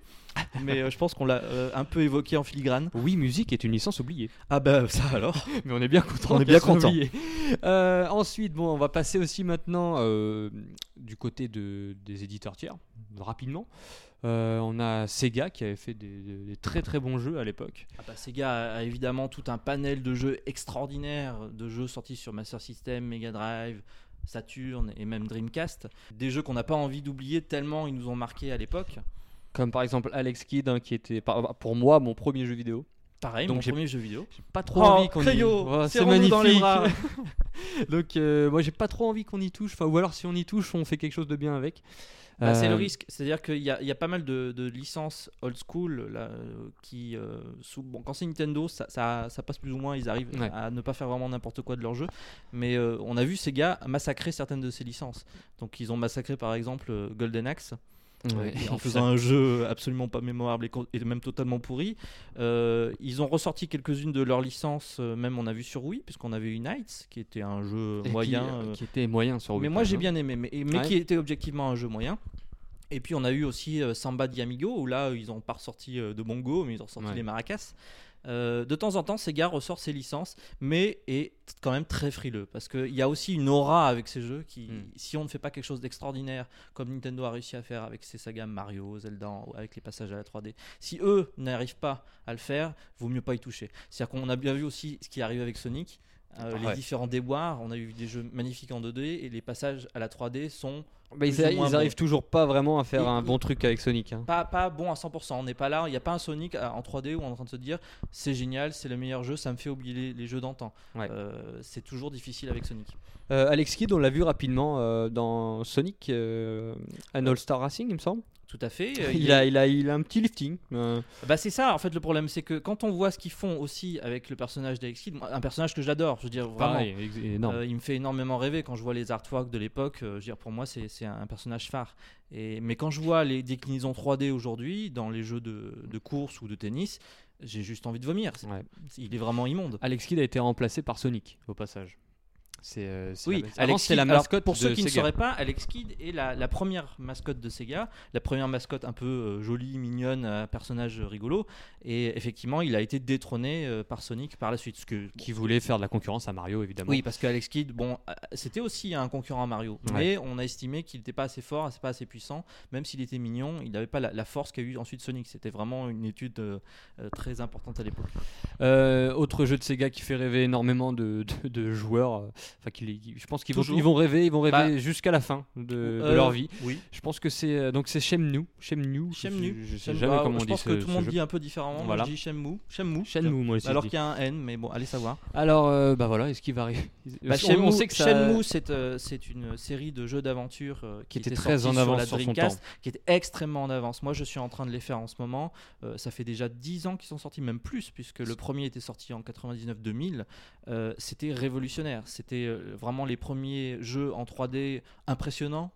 [SPEAKER 2] Mais euh, je pense qu'on l'a euh, un peu évoqué en filigrane.
[SPEAKER 1] Oui, musique est une licence oubliée.
[SPEAKER 2] Ah, bah, ça alors.
[SPEAKER 1] *laughs* Mais on est bien content.
[SPEAKER 2] On est
[SPEAKER 1] qu'elle
[SPEAKER 2] bien
[SPEAKER 1] soit
[SPEAKER 2] content.
[SPEAKER 1] oubliée. *laughs* Euh, ensuite, bon, on va passer aussi maintenant euh, du côté de, des éditeurs tiers, rapidement. Euh, on a Sega qui avait fait des, des- des très très bons jeux à l'époque.
[SPEAKER 2] Ah bah, Sega a, a évidemment tout un panel de jeux extraordinaires, de jeux sortis sur Master System, Mega Drive, Saturn et même Dreamcast. Des jeux qu'on n'a pas envie d'oublier tellement ils nous ont marqués à l'époque.
[SPEAKER 1] Comme par exemple Alex Kidd, hein, qui était par- pour moi mon premier jeu vidéo.
[SPEAKER 2] Pareil,
[SPEAKER 1] Donc
[SPEAKER 2] mon
[SPEAKER 1] j'ai-
[SPEAKER 2] premier jeu vidéo.
[SPEAKER 1] Pas trop
[SPEAKER 2] Oh,
[SPEAKER 1] envie qu'on y
[SPEAKER 2] Crayo,
[SPEAKER 1] Ouais, C'est
[SPEAKER 2] serrons-nous
[SPEAKER 1] magnifique.
[SPEAKER 2] dans
[SPEAKER 1] *laughs*
[SPEAKER 2] les bras.
[SPEAKER 1] Donc euh, moi j'ai pas trop envie qu'on y touche. Enfin, ou alors si on y touche, on fait quelque chose de bien avec.
[SPEAKER 2] Bah, C'est le
[SPEAKER 1] Euh,
[SPEAKER 2] risque, c'est-à-dire qu'il y, a- il y a pas mal de, de licences old school là, euh, qui, euh, sous- bon, quand c'est Nintendo, ça, ça- ça passe plus ou moins, ils arrivent
[SPEAKER 1] Ouais.
[SPEAKER 2] à ne pas faire vraiment n'importe quoi de leur jeu, mais euh, on a vu ces gars massacrer certaines de ces licences. Donc ils ont massacré par exemple euh, Golden Axe euh,
[SPEAKER 1] ouais, *laughs*
[SPEAKER 2] en faisant un jeu absolument pas mémorable et, co- et même totalement pourri. Euh, ils ont ressorti quelques-unes de leurs licences, euh, même on a vu sur Wii, puisqu'on avait Unites, qui était un jeu
[SPEAKER 1] Et qui,
[SPEAKER 2] moyen.
[SPEAKER 1] euh,
[SPEAKER 2] euh,
[SPEAKER 1] qui était moyen sur
[SPEAKER 2] mais
[SPEAKER 1] Wii, hein.
[SPEAKER 2] moi
[SPEAKER 1] quand
[SPEAKER 2] j'ai
[SPEAKER 1] même.
[SPEAKER 2] bien aimé, mais, mais
[SPEAKER 1] Ouais.
[SPEAKER 2] qui était objectivement un jeu moyen. Et puis on a eu aussi euh, Samba Diamigo, où là ils ont pas ressorti euh, de Bongo, mais ils ont ressorti
[SPEAKER 1] Ouais.
[SPEAKER 2] les Maracas. Euh, de temps en temps, Sega ressort ses licences, mais est quand même très frileux parce qu'il y a aussi une aura avec ces jeux qui,
[SPEAKER 1] Hmm.
[SPEAKER 2] si on ne fait pas quelque chose d'extraordinaire comme Nintendo a réussi à faire avec ses sagas Mario, Zelda, ou avec les passages à la 3D, si eux n'arrivent pas à le faire, vaut mieux pas y toucher. C'est-à-dire qu'on a bien vu aussi ce qui est arrivé avec Sonic, euh,
[SPEAKER 1] Ah
[SPEAKER 2] les
[SPEAKER 1] ouais.
[SPEAKER 2] différents déboires. On a eu des jeux magnifiques en 2D et les passages à la 3D sont
[SPEAKER 1] Bah, ils,
[SPEAKER 2] plus ou moins
[SPEAKER 1] ils arrivent
[SPEAKER 2] bon.
[SPEAKER 1] toujours pas vraiment à faire
[SPEAKER 2] Et-
[SPEAKER 1] un bon truc avec Sonic. hein.
[SPEAKER 2] pas, pas bons à 100%. On n'est pas là, il n'y a pas un Sonic à- en 3D où on est en train de se dire c'est génial, c'est le meilleur jeu, ça me fait oublier les, les jeux d'antan.
[SPEAKER 1] Ouais.
[SPEAKER 2] Euh, c'est toujours difficile avec Sonic.
[SPEAKER 1] Euh, Alex Kidd, on l'a vu rapidement euh, dans Sonic, euh, un All Star Racing, il me semble.
[SPEAKER 2] Tout à fait.
[SPEAKER 1] *laughs*
[SPEAKER 2] euh,
[SPEAKER 1] Il,
[SPEAKER 2] est-
[SPEAKER 1] a, il, a, il a un petit lifting. euh,
[SPEAKER 2] Bah c'est ça en fait le problème c'est que quand on voit ce qu'ils font aussi avec le personnage d'Alex Kidd, moi, un personnage que j'adore, je veux dire vraiment
[SPEAKER 1] pareil, ex- énorme.
[SPEAKER 2] Euh, il me fait énormément rêver quand je vois les artworks de l'époque. euh, je veux dire, pour moi, c'est c'est un personnage phare. Et, mais quand je vois les déclinaisons 3D aujourd'hui dans les jeux de, de course ou de tennis, j'ai juste envie de vomir. C'est-
[SPEAKER 1] Ouais.
[SPEAKER 2] Il est vraiment immonde.
[SPEAKER 1] Alex Kidd a été remplacé par Sonic, au passage. C'est euh, c'est
[SPEAKER 2] Oui,
[SPEAKER 1] la, avant,
[SPEAKER 2] Alex
[SPEAKER 1] c'était la
[SPEAKER 2] Kidd- alors,
[SPEAKER 1] mascotte
[SPEAKER 2] pour
[SPEAKER 1] de
[SPEAKER 2] ceux qui ne
[SPEAKER 1] Sega.
[SPEAKER 2] sauraient pas, Alex Kidd est la, la première mascotte de Sega, la première mascotte un peu euh, jolie, mignonne, un personnage rigolo. Et effectivement, il a été détrôné euh, par Sonic par la suite. Ce que,
[SPEAKER 1] Qui voulait faire de la concurrence à Mario, évidemment.
[SPEAKER 2] Oui, parce que Alex Kidd, bon, euh, c'était aussi un concurrent à Mario, mais on a estimé qu'il n'était pas assez fort, assez- pas assez puissant, même s'il était mignon, il n'avait pas la, la force qu'a eu ensuite Sonic. C'était vraiment une étude euh, euh, très importante à l'époque.
[SPEAKER 1] Euh, autre jeu de Sega qui fait rêver énormément de, de- de joueurs. euh, Enfin, qui les- qui- je pense qu'ils vont,
[SPEAKER 2] Toujours.
[SPEAKER 1] ils vont rêver, ils vont rêver
[SPEAKER 2] Bah,
[SPEAKER 1] jusqu'à la fin de, de
[SPEAKER 2] Euh,
[SPEAKER 1] leur vie.
[SPEAKER 2] Oui.
[SPEAKER 1] Je pense que c'est euh, donc c'est Shenmue, Shenmue,
[SPEAKER 2] Shenmue.
[SPEAKER 1] Je, je sais
[SPEAKER 2] Shenmue,
[SPEAKER 1] jamais
[SPEAKER 2] bah,
[SPEAKER 1] comment
[SPEAKER 2] je
[SPEAKER 1] on dit
[SPEAKER 2] pense
[SPEAKER 1] ce,
[SPEAKER 2] que tout
[SPEAKER 1] ce
[SPEAKER 2] le monde
[SPEAKER 1] jeu.
[SPEAKER 2] dit un peu différemment. Moi,
[SPEAKER 1] Voilà.
[SPEAKER 2] je dis Shenmue. Shenmue.
[SPEAKER 1] Shenmue, moi aussi. je
[SPEAKER 2] Alors
[SPEAKER 1] dis.
[SPEAKER 2] qu'il y a un N, mais bon, allez savoir.
[SPEAKER 1] Alors, euh, bah voilà, est-ce qu'il va arriver
[SPEAKER 2] Bah,
[SPEAKER 1] On-
[SPEAKER 2] Shenmue,
[SPEAKER 1] On sait que ça...
[SPEAKER 2] Shenmue, c'est euh, c'est une série de jeux d'aventure euh, qui,
[SPEAKER 1] était
[SPEAKER 2] était
[SPEAKER 1] très
[SPEAKER 2] sortie
[SPEAKER 1] en avance
[SPEAKER 2] sur
[SPEAKER 1] sur
[SPEAKER 2] la
[SPEAKER 1] son
[SPEAKER 2] Dreamcast, qui était extrêmement en avance. Moi, je suis en train de les faire en ce moment. Euh, ça fait déjà 10 ans qu'ils sont sortis, même plus, puisque le premier était sorti en 99-2000. Euh, C'était révolutionnaire. C'était euh, vraiment les premiers jeux en 3D impressionnants.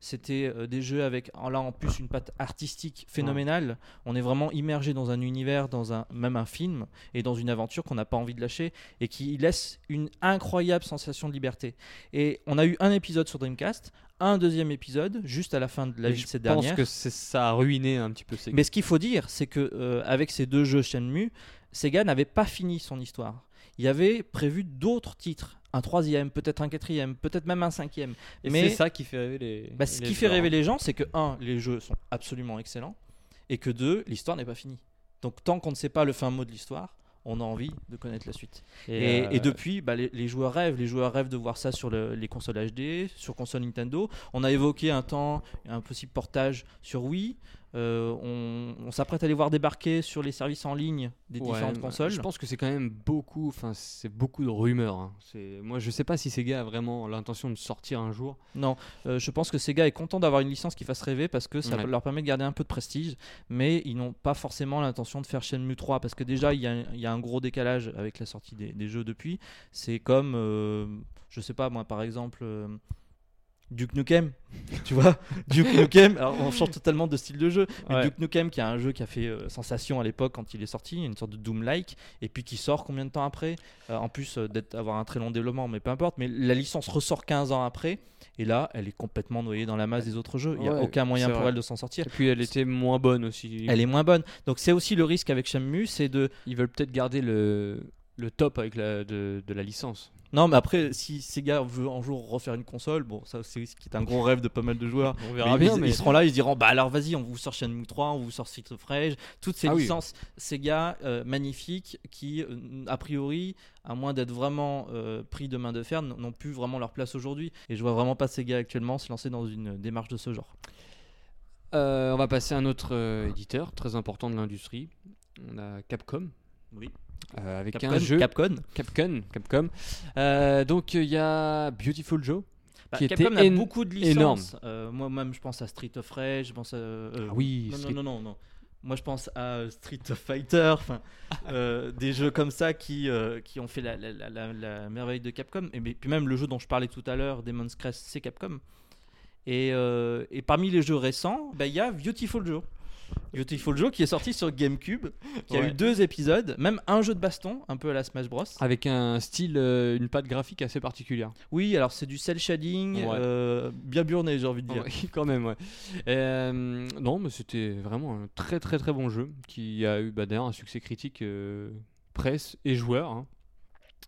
[SPEAKER 2] C'était euh, des jeux avec en- là en plus une patte artistique phénoménale. On est vraiment immergé dans un univers, dans un même un film et dans une aventure qu'on n'a pas envie de lâcher et qui laisse une incroyable sensation de liberté. Et on a eu un épisode sur Dreamcast, un deuxième épisode juste à la fin de la
[SPEAKER 1] Mais
[SPEAKER 2] vie de
[SPEAKER 1] je
[SPEAKER 2] cette
[SPEAKER 1] pense
[SPEAKER 2] dernière.
[SPEAKER 1] que c'est- ça a ruiné un petit peu Sega.
[SPEAKER 2] Mais ce qu'il faut dire, c'est que euh, avec ces deux jeux Shenmue, Sega n'avait pas fini son histoire. Il y avait prévu d'autres titres un troisième, peut-être un quatrième, peut-être même un cinquième.
[SPEAKER 1] Et
[SPEAKER 2] Mais-
[SPEAKER 1] c'est ça qui fait rêver les.
[SPEAKER 2] Bah, ce
[SPEAKER 1] les
[SPEAKER 2] qui fait
[SPEAKER 1] joueurs.
[SPEAKER 2] rêver les gens, c'est que, un, les jeux sont absolument excellents, et que, deux, l'histoire n'est pas finie. Donc, tant qu'on ne sait pas le fin mot de l'histoire, on a envie de connaître la suite. Et,
[SPEAKER 1] euh,
[SPEAKER 2] et depuis, bah, les, les joueurs rêvent. Les joueurs rêvent de voir ça sur le- les consoles HD, sur console Nintendo. On a évoqué un temps un possible portage sur Wii. Euh, on on s'apprête à les voir débarquer sur les services en ligne des
[SPEAKER 1] Ouais,
[SPEAKER 2] différentes
[SPEAKER 1] mais
[SPEAKER 2] consoles.
[SPEAKER 1] Je pense que c'est quand même beaucoup, enfin c'est beaucoup de rumeurs. hein. C'est, moi je sais pas si Sega a vraiment l'intention de sortir un jour.
[SPEAKER 2] Non, euh, je pense que Sega est content d'avoir une licence qui fasse rêver parce que ça
[SPEAKER 1] Ouais.
[SPEAKER 2] leur permet de garder un peu de prestige, mais ils n'ont pas forcément l'intention de faire Shenmue 3 parce que déjà il y, a un- il y a un gros décalage avec la sortie des, des jeux depuis. C'est comme, euh, je sais pas moi par exemple, euh, Duke Nukem, *laughs* tu vois, Duke Nukem, alors on change totalement de style de jeu, mais
[SPEAKER 1] Ouais.
[SPEAKER 2] Duke Nukem qui a un jeu qui a fait euh, sensation à l'époque quand il est sorti, une sorte de Doom-like, et puis qui sort combien de temps après Euh, En plus euh, d'être avoir un très long développement, mais peu importe, mais la licence ressort 15 ans après, et là elle est complètement noyée dans la masse des autres jeux, il n'y a
[SPEAKER 1] Ouais,
[SPEAKER 2] aucun moyen
[SPEAKER 1] c'est
[SPEAKER 2] pour
[SPEAKER 1] vrai.
[SPEAKER 2] elle de s'en sortir.
[SPEAKER 1] Et puis elle était moins bonne aussi.
[SPEAKER 2] Elle est moins bonne. Donc c'est aussi le risque avec Shenmue, c'est de...
[SPEAKER 1] Ils veulent peut-être garder le, le top avec la, de, de la licence.
[SPEAKER 2] Non mais après, si Sega veut un jour refaire une console, bon ça c'est ce qui est un gros rêve de pas mal de joueurs,
[SPEAKER 1] On
[SPEAKER 2] Mais ils, ils seront là, ils se diront bah alors vas-y, on vous sort Shenmue 3, on vous sort Street of Rage, toutes ces
[SPEAKER 1] Ah oui.
[SPEAKER 2] licences Sega euh, magnifiques qui, euh, a priori, à moins d'être vraiment euh, pris de main de fer, n- n'ont plus vraiment leur place aujourd'hui. Et je vois vraiment pas Sega actuellement se lancer dans une démarche de ce genre.
[SPEAKER 1] Euh, on va passer à un autre euh, éditeur très important de l'industrie. On a Capcom.
[SPEAKER 2] Oui.
[SPEAKER 1] Euh, avec
[SPEAKER 2] Capcom,
[SPEAKER 1] un jeu
[SPEAKER 2] Capcom.
[SPEAKER 1] Capcom. Capcom. Euh, donc il y a Beautiful Joe.
[SPEAKER 2] Bah,
[SPEAKER 1] qui
[SPEAKER 2] Capcom
[SPEAKER 1] était
[SPEAKER 2] a
[SPEAKER 1] éno-
[SPEAKER 2] beaucoup de
[SPEAKER 1] énorme.
[SPEAKER 2] licences. Euh, Moi-même, je pense à Street of Rage, je pense à. euh,
[SPEAKER 1] Ah oui.
[SPEAKER 2] Non, non,
[SPEAKER 1] Street-
[SPEAKER 2] non, non, non. Moi, je pense à euh, Street of Fighter,
[SPEAKER 1] *laughs*
[SPEAKER 2] enfin, euh, des jeux comme ça qui, euh, qui ont fait la, la- la- la- la merveille de Capcom. Et mais- puis même le jeu dont je parlais tout à l'heure, Demon's Crest, c'est Capcom. Et, euh, et parmi les jeux récents, bah, il y a Beautiful Joe. Beautiful Joe qui est sorti sur GameCube, qui a
[SPEAKER 1] Ouais. Ah.
[SPEAKER 2] eu deux épisodes, même un jeu de baston, un peu à la Smash Bros.
[SPEAKER 1] Avec un style, euh, une patte graphique assez particulière.
[SPEAKER 2] Oui, alors c'est du cel shading,
[SPEAKER 1] Ouais.
[SPEAKER 2] euh, bien burné, j'ai envie de dire.
[SPEAKER 1] Oui, *laughs* quand même, ouais. Euh, non, mais c'était vraiment un très très très bon jeu qui a eu bah, d'ailleurs un succès critique euh, presse et joueur. hein.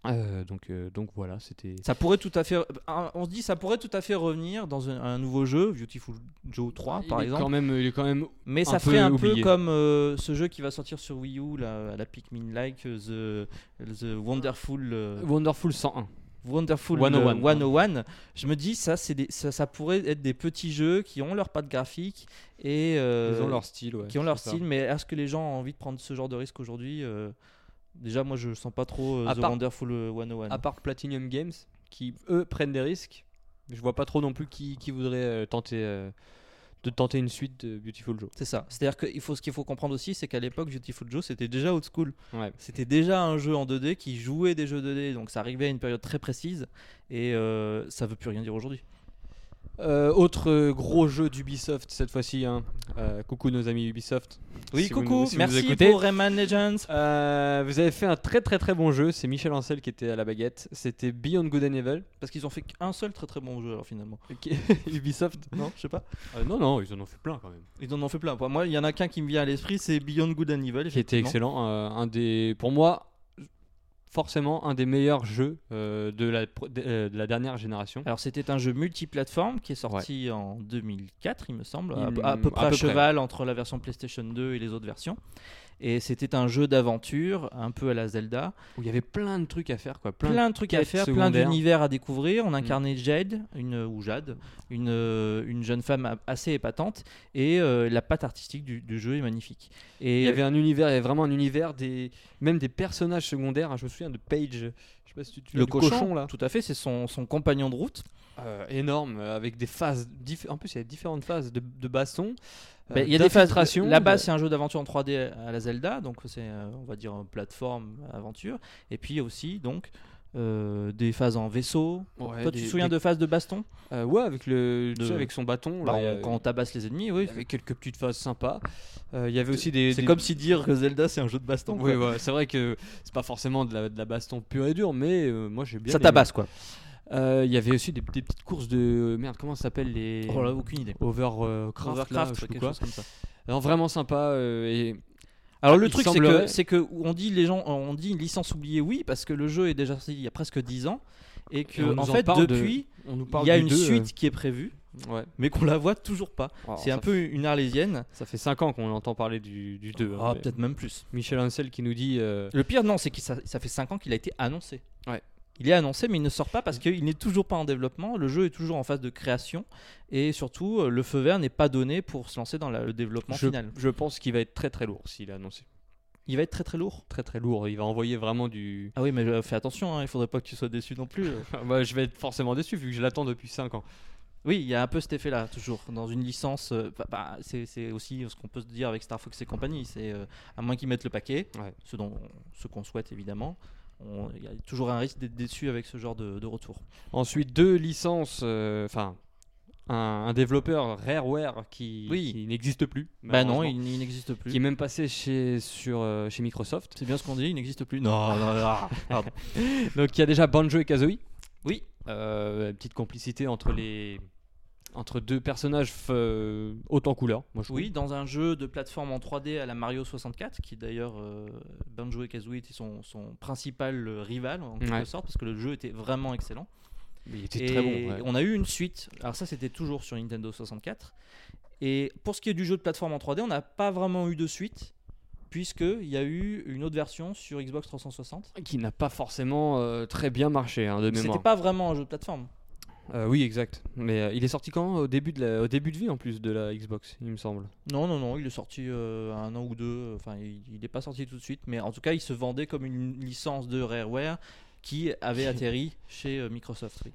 [SPEAKER 1] Euh, donc, euh, donc voilà, c'était.
[SPEAKER 2] Ça pourrait tout à fait. un- On se dit, ça pourrait tout à fait revenir dans un, un nouveau jeu, Beautiful Joe 3 par
[SPEAKER 1] Il est
[SPEAKER 2] exemple.
[SPEAKER 1] Quand même, il est quand même.
[SPEAKER 2] Mais
[SPEAKER 1] un
[SPEAKER 2] ça
[SPEAKER 1] peu
[SPEAKER 2] ferait un peu
[SPEAKER 1] oublié.
[SPEAKER 2] comme euh, ce jeu qui va sortir sur Wii U, là, à la Pikmin like euh, the, the Wonderful, euh,
[SPEAKER 1] Wonderful 101.
[SPEAKER 2] Wonderful
[SPEAKER 1] 101,
[SPEAKER 2] euh, 101. Je me dis, ça, c'est des- ça, ça pourrait être des petits jeux qui ont leur patte graphique et euh,
[SPEAKER 1] Ils ont leur style, ouais.
[SPEAKER 2] qui ont leur
[SPEAKER 1] c'est ça.
[SPEAKER 2] style. Mais est-ce que les gens ont envie de prendre ce genre de risque aujourd'hui Euh, Déjà, moi, je sens pas trop euh,
[SPEAKER 1] À
[SPEAKER 2] The
[SPEAKER 1] part-
[SPEAKER 2] Wonderful euh, 101.
[SPEAKER 1] À part Platinum Games, qui eux prennent des risques. Je vois pas trop non plus qui, qui voudrait euh, tenter euh, de tenter une suite de Beautiful Joe.
[SPEAKER 2] C'est ça. C'est-à-dire que il faut, ce qu'il faut comprendre aussi, c'est qu'à l'époque, Beautiful Joe, c'était déjà old school.
[SPEAKER 1] Ouais.
[SPEAKER 2] C'était déjà un jeu en 2D qui jouait des jeux 2D, donc ça arrivait à une période très précise et euh, ça veut plus rien dire aujourd'hui.
[SPEAKER 1] Euh, autre euh, gros jeu d'Ubisoft cette fois-ci. hein. Euh, coucou nos amis Ubisoft.
[SPEAKER 2] Oui,
[SPEAKER 1] Si vous
[SPEAKER 2] coucou,
[SPEAKER 1] nous- si vous
[SPEAKER 2] merci
[SPEAKER 1] écoutez.
[SPEAKER 2] pour Rayman Legends.
[SPEAKER 1] Euh, vous avez fait un très très très bon jeu, c'est Michel Ancel qui était à la baguette, c'était Beyond Good and Evil, *laughs*
[SPEAKER 2] Parce qu'ils ont fait qu'un seul très très bon jeu alors finalement.
[SPEAKER 1] qui- Ubisoft.
[SPEAKER 2] Non, je sais pas.
[SPEAKER 1] Euh, non non, ils en ont fait plein quand même.
[SPEAKER 2] Ils en ont fait plein. Moi, il y en a qu'un qui me vient à l'esprit, c'est Beyond Good and Evil.
[SPEAKER 1] Qui était
[SPEAKER 2] effectivement.
[SPEAKER 1] excellent, euh, un des, pour moi, forcément un des meilleurs jeux euh, de, la, pro- de, euh, de la dernière génération.
[SPEAKER 2] Alors c'était un jeu multiplateforme qui est sorti en 2004, il me semble, à-
[SPEAKER 1] Il- à
[SPEAKER 2] à, peu près à
[SPEAKER 1] peu près.
[SPEAKER 2] cheval entre la version PlayStation 2 et les autres versions. Et c'était un jeu d'aventure, un peu à la Zelda,
[SPEAKER 1] Où il y avait plein de trucs à faire quoi, plein,
[SPEAKER 2] plein,
[SPEAKER 1] de-
[SPEAKER 2] de trucs à
[SPEAKER 1] quêtes
[SPEAKER 2] faire, plein
[SPEAKER 1] secondaires.
[SPEAKER 2] d'univers à découvrir. On
[SPEAKER 1] Mm.
[SPEAKER 2] incarnait Jade, une ou Jade, une, euh, une jeune femme a- assez épatante, et euh, la patte artistique du, du jeu est magnifique. Et
[SPEAKER 1] Il y avait un univers, il y avait vraiment un univers des, même des personnages secondaires. hein, je me souviens de Page, je sais pas si tu, tu
[SPEAKER 2] le
[SPEAKER 1] du
[SPEAKER 2] cochon,
[SPEAKER 1] là,
[SPEAKER 2] tout à fait, c'est son, son compagnon de route.
[SPEAKER 1] Euh, énorme euh, avec des phases, diff- en plus il y avait différentes phases de, de baston.
[SPEAKER 2] Bah,
[SPEAKER 1] euh,
[SPEAKER 2] Il y a des phases.
[SPEAKER 1] d'infiltration,
[SPEAKER 2] Là-bas,
[SPEAKER 1] de-
[SPEAKER 2] c'est un jeu d'aventure en 3D à la Zelda, donc c'est, euh, on va dire, une plateforme aventure. Et puis aussi, donc, euh, des phases en vaisseau.
[SPEAKER 1] Ouais,
[SPEAKER 2] Toi,
[SPEAKER 1] des-
[SPEAKER 2] tu te souviens
[SPEAKER 1] des-
[SPEAKER 2] de phases de baston
[SPEAKER 1] Euh, ouais, avec le, tu
[SPEAKER 2] De-
[SPEAKER 1] sais, avec son bâton. là,
[SPEAKER 2] Bah, on-
[SPEAKER 1] il y a-
[SPEAKER 2] Quand on tabasse les ennemis,
[SPEAKER 1] il
[SPEAKER 2] oui.
[SPEAKER 1] y avait quelques petites phases sympas. Euh, il y avait aussi des.
[SPEAKER 2] C'est
[SPEAKER 1] des-
[SPEAKER 2] comme si dire que Zelda, c'est un jeu de baston.
[SPEAKER 1] Oui,
[SPEAKER 2] quoi.
[SPEAKER 1] ouais, c'est vrai que c'est pas forcément de la, de la baston pure et dure, mais euh, moi j'ai bien.
[SPEAKER 2] Ça
[SPEAKER 1] aimé.
[SPEAKER 2] tabasse, quoi.
[SPEAKER 1] Euh, Il y avait aussi des, des petites courses de merde. Comment ça s'appelle les
[SPEAKER 2] Oh là, aucune idée.
[SPEAKER 1] Overcraft, là, je sais plus
[SPEAKER 2] quelque
[SPEAKER 1] quoi.
[SPEAKER 2] chose comme ça.
[SPEAKER 1] Non, vraiment sympa euh, et
[SPEAKER 2] Alors le
[SPEAKER 1] Il
[SPEAKER 2] truc c'est que
[SPEAKER 1] semblerait-
[SPEAKER 2] c'est que on dit les gens on dit une licence oubliée oui parce que le jeu est déjà sorti il y a presque 10 ans
[SPEAKER 1] et que
[SPEAKER 2] Et on
[SPEAKER 1] en
[SPEAKER 2] nous en
[SPEAKER 1] fait
[SPEAKER 2] parle de-
[SPEAKER 1] depuis on nous parle
[SPEAKER 2] Il y a
[SPEAKER 1] du
[SPEAKER 2] une
[SPEAKER 1] deux, euh,
[SPEAKER 2] suite qui est prévue,
[SPEAKER 1] ouais.
[SPEAKER 2] mais qu'on la voit toujours pas.
[SPEAKER 1] Alors,
[SPEAKER 2] C'est
[SPEAKER 1] ça
[SPEAKER 2] un peu une arlésienne.
[SPEAKER 1] Ça fait 5 ans qu'on entend parler du, du 2.
[SPEAKER 2] Ah, peut-être même plus.
[SPEAKER 1] Michel Ancel qui nous dit. euh,
[SPEAKER 2] Le pire, non, c'est que ça, ça fait 5 ans qu'il a été annoncé.
[SPEAKER 1] Ouais.
[SPEAKER 2] Il est annoncé, mais il ne sort pas parce qu'il n'est toujours pas en développement. Le jeu est toujours en phase de création. Et surtout, euh, le feu vert n'est pas donné pour se lancer dans la- le développement
[SPEAKER 1] je,
[SPEAKER 2] final.
[SPEAKER 1] je pense qu'il va être très très lourd s'il est annoncé.
[SPEAKER 2] Il va être très très lourd.
[SPEAKER 1] Très très lourd. Il va envoyer vraiment du. *laughs*
[SPEAKER 2] Ah oui, mais euh, fais attention, hein, il faudrait pas que tu sois déçu non plus. euh.
[SPEAKER 1] Bah, je vais être forcément déçu vu que je l'attends depuis 5 ans.
[SPEAKER 2] oui, il y a un peu cet effet-là, toujours. Dans une licence, euh, bah, bah, c'est c'est aussi ce qu'on peut se dire avec Star Fox et compagnie. C'est euh, à moins qu'ils mettent le paquet,
[SPEAKER 1] Ouais.
[SPEAKER 2] ce dont ce qu'on souhaite évidemment. on- Il y a toujours un risque d'être déçu avec ce genre de, de retour.
[SPEAKER 1] Ensuite, deux licences. euh, Enfin, un, un développeur Rareware qui,
[SPEAKER 2] Oui.
[SPEAKER 1] qui n'existe plus.
[SPEAKER 2] Bah non,
[SPEAKER 1] malheureusement,
[SPEAKER 2] il, il n'existe plus.
[SPEAKER 1] Qui est même passé chez, sur, euh, chez Microsoft.
[SPEAKER 2] C'est bien ce qu'on dit, il n'existe plus. Non,
[SPEAKER 1] *laughs*
[SPEAKER 2] non, non. Pardon.
[SPEAKER 1] Donc il y a déjà Banjo et Kazooie.
[SPEAKER 2] Oui.
[SPEAKER 1] Euh, petite complicité entre les entre deux personnages f- euh, autant couleur. Moi je trouve.
[SPEAKER 2] Oui, dans un jeu de plateforme en 3D à la Mario 64, qui d'ailleurs euh, Banjo et Kazooie était son, son principal euh, rival en quelque
[SPEAKER 1] Ouais.
[SPEAKER 2] sorte, parce que le jeu était vraiment excellent.
[SPEAKER 1] Mais il était
[SPEAKER 2] et
[SPEAKER 1] très bon. ouais.
[SPEAKER 2] on a eu une suite. Alors ça, c'était toujours sur Nintendo 64. Et pour ce qui est du jeu de plateforme en 3D, on n'a pas vraiment eu de suite, puisque il y a eu une autre version sur Xbox 360.
[SPEAKER 1] Qui n'a pas forcément euh, très bien marché hein, de
[SPEAKER 2] C'était
[SPEAKER 1] mémoire.
[SPEAKER 2] pas vraiment un jeu de plateforme.
[SPEAKER 1] Euh, oui exact. Mais euh, il est sorti quand au début de la, au début de vie en plus de la Xbox il me semble.
[SPEAKER 2] Non, non, non, il est sorti euh, un an ou deux, enfin il n'est pas sorti tout de suite, mais en tout cas il se vendait comme une licence de Rareware qui
[SPEAKER 1] *laughs*
[SPEAKER 2] avait atterri chez euh, Microsoft. oui.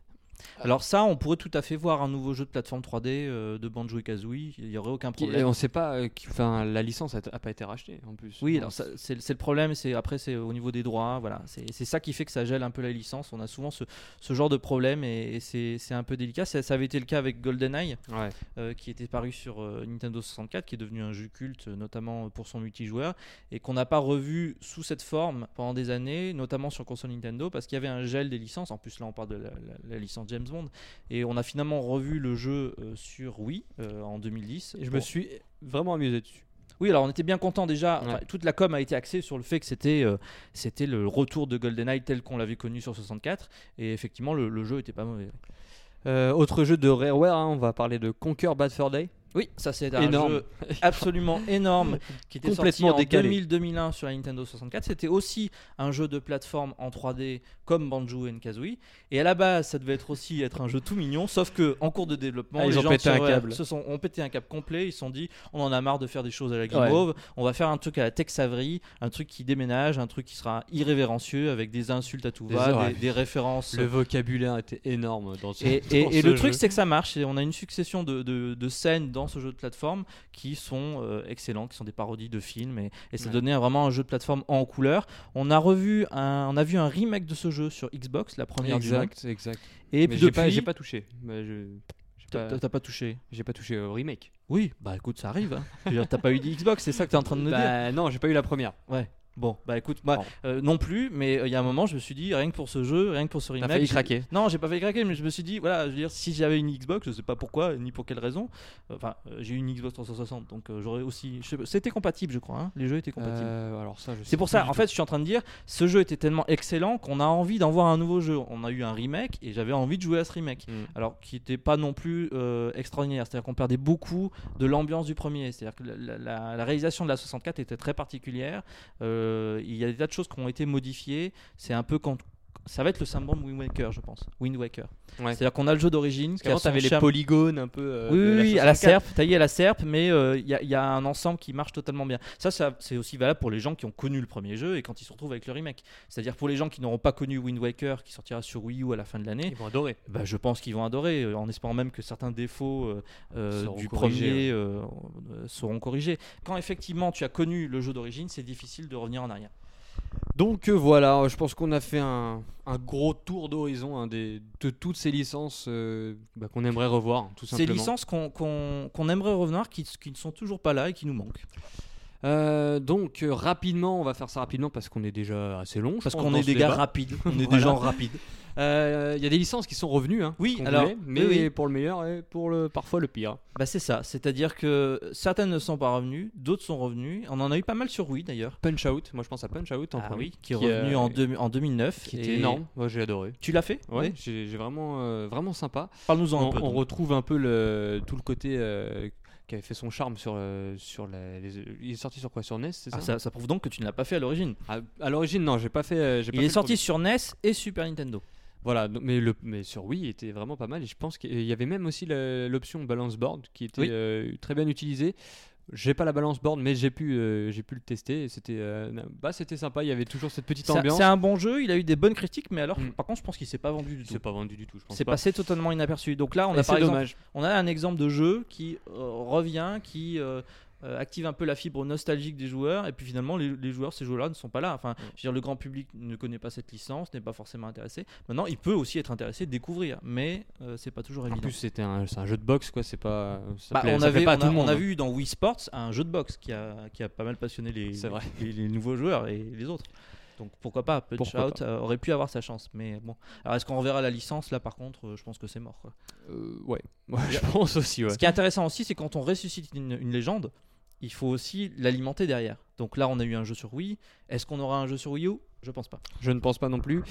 [SPEAKER 2] Alors ça, on pourrait tout à fait voir un nouveau jeu de plateforme 3D euh, de Banjo et Kazooie, il n'y aurait aucun
[SPEAKER 1] Qui- et
[SPEAKER 2] problème.
[SPEAKER 1] on sait pas. euh, qui- Enfin la licence a, t- a pas été rachetée en plus.
[SPEAKER 2] Oui,
[SPEAKER 1] Donc,
[SPEAKER 2] alors ça, c'est c'est le problème, c'est après c'est au niveau des droits, voilà, c'est c'est ça qui fait que ça gèle un peu la licence, on a souvent ce, ce genre de problème et, et c'est c'est un peu délicat, ça, ça avait été le cas avec GoldenEye,
[SPEAKER 1] Ouais.
[SPEAKER 2] euh, qui était paru sur euh, Nintendo 64, qui est devenu un jeu culte, euh, notamment euh, pour son multijoueur, et qu'on n'a pas revu sous cette forme pendant des années, notamment sur console Nintendo, parce qu'il y avait un gel des licences. En plus, là, on parle de la, la- la licence James Bond, et on a finalement revu le jeu euh, sur Wii euh, en 2010.
[SPEAKER 1] Et je me
[SPEAKER 2] Bon.
[SPEAKER 1] suis vraiment amusé dessus.
[SPEAKER 2] Oui, alors on était bien content déjà. Enfin,
[SPEAKER 1] Ouais.
[SPEAKER 2] toute la com a été axée sur le fait que c'était euh, c'était le retour de GoldenEye tel qu'on l'avait connu sur 64, et effectivement, le, le jeu était pas mauvais.
[SPEAKER 1] Euh, autre jeu de Rareware, hein, on va parler de Conquer Bad Fur Day.
[SPEAKER 2] Oui, ça c'est un
[SPEAKER 1] Énorme. *laughs*
[SPEAKER 2] jeu absolument énorme qui était
[SPEAKER 1] Complètement
[SPEAKER 2] sorti
[SPEAKER 1] décalé.
[SPEAKER 2] en 2000-2001 sur la Nintendo 64. C'était aussi un jeu de plateforme en 3D comme Banjo et Kazooie. Et à la base, ça devait être aussi être un jeu tout mignon, sauf que en cours de développement,
[SPEAKER 1] Ah, ils
[SPEAKER 2] les
[SPEAKER 1] ont
[SPEAKER 2] gens
[SPEAKER 1] pété
[SPEAKER 2] sur-
[SPEAKER 1] un
[SPEAKER 2] ouais,
[SPEAKER 1] câble.
[SPEAKER 2] se sont ont pété un câble complet. Ils se sont dit, on en a marre de faire des choses à la Game
[SPEAKER 1] Ouais.
[SPEAKER 2] Over. On va faire un truc à la Tex Avery, un truc qui déménage, un truc qui sera irrévérencieux avec des insultes à tout
[SPEAKER 1] Des
[SPEAKER 2] va,
[SPEAKER 1] horreurs.
[SPEAKER 2] des, des références.
[SPEAKER 1] Le vocabulaire était énorme dans *laughs* ce
[SPEAKER 2] Et,
[SPEAKER 1] dans
[SPEAKER 2] et- et
[SPEAKER 1] ce
[SPEAKER 2] le
[SPEAKER 1] jeu.
[SPEAKER 2] truc, c'est que ça marche. Et on a une succession de, de- de scènes dans ce jeu de plateforme qui sont euh, excellentes, qui sont des parodies de films. Et, et ça
[SPEAKER 1] Ouais.
[SPEAKER 2] donnait vraiment un jeu de plateforme en couleur. On a revu, un, on a vu un remake de ce jeu sur Xbox, la première du nom.
[SPEAKER 1] Exact, exact.
[SPEAKER 2] Et
[SPEAKER 1] Mais
[SPEAKER 2] puis
[SPEAKER 1] j'ai pas,
[SPEAKER 2] depuis,
[SPEAKER 1] j'ai pas euh, touché. Mais je- j'ai
[SPEAKER 2] t'as
[SPEAKER 1] pas-
[SPEAKER 2] t'as pas touché.
[SPEAKER 1] J'ai pas touché au remake.
[SPEAKER 2] Oui, bah écoute, ça arrive. hein. Je veux dire, T'as pas eu de Xbox, c'est ça que t'es en train de nous dire.
[SPEAKER 1] Bah non, j'ai pas eu la première.
[SPEAKER 2] Ouais. Bon, bah écoute, moi
[SPEAKER 1] Bon.
[SPEAKER 2] euh, non plus, mais euh, il y a un moment, je me suis dit, rien que pour ce jeu, rien que pour ce
[SPEAKER 1] T'as
[SPEAKER 2] remake,
[SPEAKER 1] failli
[SPEAKER 2] j'ai-
[SPEAKER 1] craquer.
[SPEAKER 2] Non, j'ai pas fait craquer, mais je me suis dit, voilà, je veux dire, si j'avais une Xbox, je sais pas pourquoi, ni pour quelle raison. Enfin, euh, j'ai eu une Xbox 360, donc euh, j'aurais aussi. je sais pas, C'était compatible, je crois. hein, les jeux étaient compatibles.
[SPEAKER 1] Euh, alors ça, je sais
[SPEAKER 2] C'est pour
[SPEAKER 1] plus
[SPEAKER 2] ça,
[SPEAKER 1] du
[SPEAKER 2] en
[SPEAKER 1] tout.
[SPEAKER 2] fait, je suis en train de dire, ce jeu était tellement excellent qu'on a envie d'en voir un nouveau jeu. On a eu un remake et j'avais envie de jouer à ce remake.
[SPEAKER 1] Mm.
[SPEAKER 2] Alors, qui n'était pas non plus euh, extraordinaire. C'est-à-dire qu'on perdait beaucoup de l'ambiance du premier. C'est-à-dire que la, la- la réalisation de la 64 était très particulière. Euh, il y a des tas de choses qui ont été modifiées. C'est un peu quand. Ça va être le syndrome Wind Waker, je pense. Wind Waker.
[SPEAKER 1] Ouais.
[SPEAKER 2] C'est-à-dire qu'on a le jeu d'origine.
[SPEAKER 1] Parce
[SPEAKER 2] qui a
[SPEAKER 1] qu'avant
[SPEAKER 2] son
[SPEAKER 1] t'avais les
[SPEAKER 2] charme-
[SPEAKER 1] polygones un peu. euh,
[SPEAKER 2] oui,
[SPEAKER 1] de
[SPEAKER 2] oui, oui, à
[SPEAKER 1] 64.
[SPEAKER 2] la serpe, taillé à la serpe, mais euh, il y, a- y a un ensemble qui marche totalement bien. Ça, ça c'est aussi valable pour les gens qui ont connu le premier jeu et quand ils se retrouvent avec le remake. C'est-à-dire pour les gens qui n'auront pas connu Wind Waker, qui sortira sur Wii U à la fin de l'année,
[SPEAKER 1] Ils vont adorer.
[SPEAKER 2] bah, je pense qu'ils vont adorer, euh, en espérant même que certains défauts euh, euh,
[SPEAKER 1] Seront
[SPEAKER 2] du
[SPEAKER 1] corrigés,
[SPEAKER 2] premier euh, euh, seront corrigés. Quand effectivement tu as connu le jeu d'origine, c'est difficile de revenir en arrière.
[SPEAKER 1] Donc euh, voilà, je pense qu'on a fait un, un gros tour d'horizon hein, des- de toutes ces licences euh, bah, qu'on aimerait revoir, tout
[SPEAKER 2] Ces
[SPEAKER 1] simplement.
[SPEAKER 2] licences qu'on qu'on- qu'on aimerait revenir, qui, qui ne sont toujours pas là et qui nous manquent.
[SPEAKER 1] Euh, donc euh, rapidement, on va faire ça rapidement parce qu'on est déjà assez long. je
[SPEAKER 2] Parce
[SPEAKER 1] pense,
[SPEAKER 2] qu'on
[SPEAKER 1] dans
[SPEAKER 2] est
[SPEAKER 1] ce
[SPEAKER 2] des gars
[SPEAKER 1] débat.
[SPEAKER 2] rapides, *laughs* on est des
[SPEAKER 1] Voilà.
[SPEAKER 2] gens rapides.
[SPEAKER 1] Euh, Il y a des licences qui sont revenues. hein,
[SPEAKER 2] Oui,
[SPEAKER 1] qu'on
[SPEAKER 2] alors,
[SPEAKER 1] voulait, mais
[SPEAKER 2] oui, oui.
[SPEAKER 1] pour le meilleur et pour le parfois le pire.
[SPEAKER 2] Bah c'est ça, c'est-à-dire que certaines ne sont pas revenues, d'autres sont revenues. On en a eu pas mal sur Wii d'ailleurs.
[SPEAKER 1] Punch Out, moi je pense à Punch Out en
[SPEAKER 2] Ah
[SPEAKER 1] premier,
[SPEAKER 2] oui, qui est revenu
[SPEAKER 1] euh,
[SPEAKER 2] en, deux- en 2009.
[SPEAKER 1] qui
[SPEAKER 2] et-
[SPEAKER 1] était énorme. Moi j'ai adoré.
[SPEAKER 2] Tu l'as fait
[SPEAKER 1] Ouais,
[SPEAKER 2] Oui.
[SPEAKER 1] j'ai j'ai vraiment euh, vraiment sympa.
[SPEAKER 2] Parle-nous-en un
[SPEAKER 1] On,
[SPEAKER 2] peu.
[SPEAKER 1] on
[SPEAKER 2] donc.
[SPEAKER 1] retrouve un peu le, tout le côté euh, qui avait fait son charme sur euh, sur la- les- il est sorti sur quoi sur NES, c'est
[SPEAKER 2] Ah,
[SPEAKER 1] ça,
[SPEAKER 2] ça, ça prouve donc que tu ne l'as pas fait à l'origine.
[SPEAKER 1] À, à l'origine non, j'ai pas fait. euh, j'ai pas
[SPEAKER 2] Il
[SPEAKER 1] fait
[SPEAKER 2] est
[SPEAKER 1] le
[SPEAKER 2] sorti sur NES et Super Nintendo.
[SPEAKER 1] Voilà, donc- mais, le, mais sur Wii, il était vraiment pas mal. Et je pense qu'il y avait même aussi la- l'option balance board qui était
[SPEAKER 2] Oui.
[SPEAKER 1] euh, très bien utilisée. J'ai pas la balance board, mais j'ai pu, euh, j'ai pu le tester. et C'était euh, bah, c'était sympa. Il y avait toujours cette petite
[SPEAKER 2] C'est un-
[SPEAKER 1] ambiance.
[SPEAKER 2] c'est un bon jeu, il a eu des bonnes critiques, mais alors
[SPEAKER 1] Mm.
[SPEAKER 2] par contre je pense qu'il s'est pas vendu du tout.
[SPEAKER 1] C'est pas vendu du tout, je pense.
[SPEAKER 2] C'est
[SPEAKER 1] pas.
[SPEAKER 2] passé totalement inaperçu. Donc là on
[SPEAKER 1] Et
[SPEAKER 2] a
[SPEAKER 1] c'est
[SPEAKER 2] par exemple,
[SPEAKER 1] dommage.
[SPEAKER 2] on a un exemple de jeu qui euh, revient, qui euh, euh, active un peu la fibre nostalgique des joueurs, et puis finalement les, les joueurs, ces joueurs-là ne sont pas là. Enfin,
[SPEAKER 1] Mm.
[SPEAKER 2] je veux dire, le grand public ne connaît pas cette licence, n'est pas forcément intéressé. Maintenant, il peut aussi être intéressé, découvrir, mais euh, c'est pas toujours
[SPEAKER 1] En
[SPEAKER 2] évident.
[SPEAKER 1] plus, c'était un, c'est un jeu de boxe, quoi. C'est pas. ça
[SPEAKER 2] Bah,
[SPEAKER 1] plaît-
[SPEAKER 2] on,
[SPEAKER 1] ça plaît
[SPEAKER 2] avait,
[SPEAKER 1] pas à
[SPEAKER 2] on
[SPEAKER 1] tout
[SPEAKER 2] a-
[SPEAKER 1] le monde. hein.
[SPEAKER 2] on a vu dans Wii Sports un jeu de boxe qui a, qui a pas mal passionné les,
[SPEAKER 1] C'est vrai.
[SPEAKER 2] les, les nouveaux joueurs et les autres. Donc pourquoi pas, Punch
[SPEAKER 1] Pourquoi
[SPEAKER 2] Out euh, aurait pu avoir sa chance. Mais bon, alors est-ce qu'on reverra la licence Là par contre, euh, je pense que c'est mort. quoi.
[SPEAKER 1] Euh, ouais. *laughs* Ouais, je pense aussi, ouais.
[SPEAKER 2] Ce qui est intéressant aussi, c'est quand on ressuscite une, une légende, il faut aussi l'alimenter derrière. Donc là, on a eu un jeu sur Wii. Est-ce qu'on aura un jeu sur Wii U Je pense pas.
[SPEAKER 1] Je ne pense pas non plus.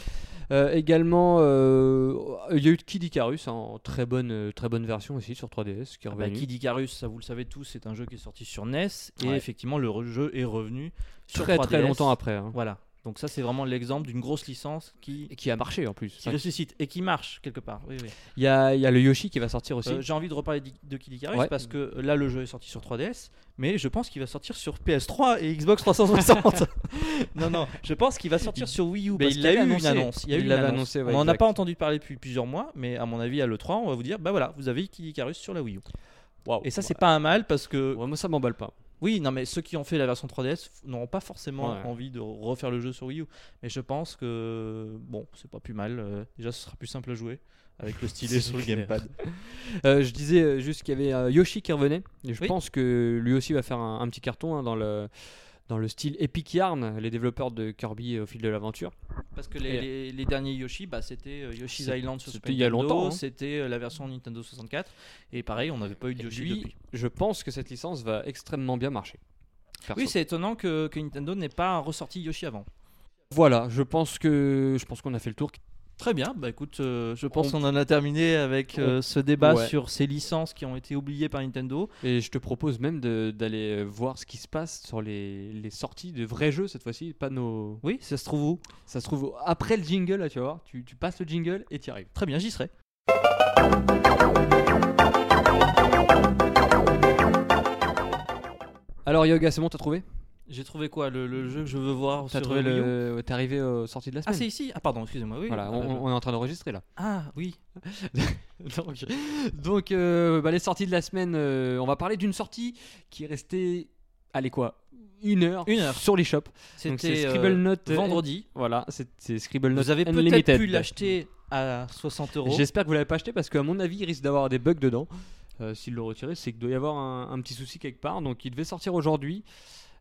[SPEAKER 1] Euh, également, euh, il y a eu Kid Icarus hein, en très bonne, euh, très bonne version aussi sur 3DS qui est
[SPEAKER 2] Ah bah,
[SPEAKER 1] revenu.
[SPEAKER 2] Kid Icarus, ça vous le savez tous, c'est un jeu qui est sorti sur NES et
[SPEAKER 1] Ouais.
[SPEAKER 2] effectivement le re- jeu est revenu sur
[SPEAKER 1] très très
[SPEAKER 2] 3DS.
[SPEAKER 1] longtemps après. hein.
[SPEAKER 2] Voilà. Donc ça, c'est vraiment l'exemple d'une grosse licence qui
[SPEAKER 1] Et qui a marché en plus.
[SPEAKER 2] qui ressuscite et qui marche quelque part. Oui, oui.
[SPEAKER 1] Il y a, il y a le Yoshi qui va sortir aussi.
[SPEAKER 2] Euh, J'ai envie de reparler d'I- de Kid Icarus
[SPEAKER 1] Ouais.
[SPEAKER 2] parce que euh, là le jeu est sorti sur 3DS, mais je pense qu'il va sortir sur PS3 et Xbox
[SPEAKER 1] *laughs*
[SPEAKER 2] 360. non non, je pense qu'il va sortir sur Wii U
[SPEAKER 1] Mais
[SPEAKER 2] parce
[SPEAKER 1] il
[SPEAKER 2] qu'il y a
[SPEAKER 1] l'avait
[SPEAKER 2] eu
[SPEAKER 1] annoncé.
[SPEAKER 2] une annonce. Il y a eu
[SPEAKER 1] Il
[SPEAKER 2] une
[SPEAKER 1] l'avait
[SPEAKER 2] annonce.
[SPEAKER 1] annoncé, ouais,
[SPEAKER 2] on n'en a
[SPEAKER 1] exact.
[SPEAKER 2] pas entendu parler depuis plusieurs mois, mais à mon avis à le 3 on va vous dire bah voilà, vous avez Kid Icarus sur la Wii U.
[SPEAKER 1] Waouh.
[SPEAKER 2] Et ça c'est pas un mal parce que
[SPEAKER 1] Ouais, moi ça m'emballe pas.
[SPEAKER 2] oui, non, mais ceux qui ont fait la version 3DS f- n'auront pas forcément
[SPEAKER 1] Ouais.
[SPEAKER 2] envie de refaire le jeu sur Wii U. Mais je pense que, bon, c'est pas plus mal. euh, déjà, ce sera plus simple à jouer avec le stylet
[SPEAKER 1] C'est
[SPEAKER 2] sur le
[SPEAKER 1] clair.
[SPEAKER 2] gamepad.
[SPEAKER 1] Euh, je disais euh, juste qu'il y avait euh, Yoshi qui revenait. Et je
[SPEAKER 2] Oui.
[SPEAKER 1] pense que lui aussi va faire un, un petit carton hein, dans le dans le style Epic Yarn, les développeurs de Kirby euh, au fil de l'aventure.
[SPEAKER 2] Parce que les,
[SPEAKER 1] Et-
[SPEAKER 2] les- les derniers Yoshi, bah, c'était euh, Yoshi's
[SPEAKER 1] C'est-
[SPEAKER 2] Island sur Super
[SPEAKER 1] c'était il y a
[SPEAKER 2] Nintendo,
[SPEAKER 1] longtemps, hein.
[SPEAKER 2] C'était euh, la version Nintendo 64. Et pareil, on n'avait pas eu de
[SPEAKER 1] Et
[SPEAKER 2] Yoshi
[SPEAKER 1] lui,
[SPEAKER 2] depuis.
[SPEAKER 1] je pense que cette licence va extrêmement bien marcher. Perso.
[SPEAKER 2] Oui, c'est étonnant que, que Nintendo n'ait pas ressorti Yoshi avant.
[SPEAKER 1] voilà, je pense que je pense qu'on a fait le tour.
[SPEAKER 2] Très bien, bah écoute, euh, je pense qu'on en a terminé avec euh, ce débat
[SPEAKER 1] Ouais.
[SPEAKER 2] sur ces licences qui ont été oubliées par Nintendo.
[SPEAKER 1] Et je te propose même de- d'aller euh, voir ce qui se passe sur les, les sorties de vrais jeux cette fois-ci, pas nos.
[SPEAKER 2] Oui, ça se trouve où
[SPEAKER 1] Ça se trouve après le jingle là, tu vas voir. Tu, tu passes le jingle et t'y arrives.
[SPEAKER 2] Très bien, j'y serai.
[SPEAKER 1] Alors Yoga, c'est bon, t'as trouvé
[SPEAKER 2] J'ai trouvé quoi le, le jeu que je veux voir
[SPEAKER 1] T'as
[SPEAKER 2] sur
[SPEAKER 1] trouvé
[SPEAKER 2] Wii U
[SPEAKER 1] le. ouais, T'es arrivé aux sorties de la
[SPEAKER 2] Ah,
[SPEAKER 1] semaine.
[SPEAKER 2] c'est ici Ah, pardon, excusez-moi. Oui.
[SPEAKER 1] Voilà,
[SPEAKER 2] Ah,
[SPEAKER 1] on,
[SPEAKER 2] bah, bah.
[SPEAKER 1] on est en train d'enregistrer là.
[SPEAKER 2] Ah, *laughs* oui.
[SPEAKER 1] Donc, *laughs* donc, euh, bah, les sorties de la semaine, euh, on va parler d'une sortie qui est restée, allez quoi, une heure,
[SPEAKER 2] Une heure.
[SPEAKER 1] sur l'eShop. Donc c'est
[SPEAKER 2] C'était euh,
[SPEAKER 1] Scribble Note. euh,
[SPEAKER 2] vendredi.
[SPEAKER 1] Voilà, c'est c'est Scribble Note.
[SPEAKER 2] Vous avez peut-être
[SPEAKER 1] Unlimited.
[SPEAKER 2] pu l'acheter à 60 euros.
[SPEAKER 1] J'espère que vous l'avez pas acheté parce qu'à mon avis, il risque d'avoir des bugs dedans. Euh, S'il le retirait, c'est qu'il doit y avoir un, un petit souci quelque part. Donc il devait sortir aujourd'hui.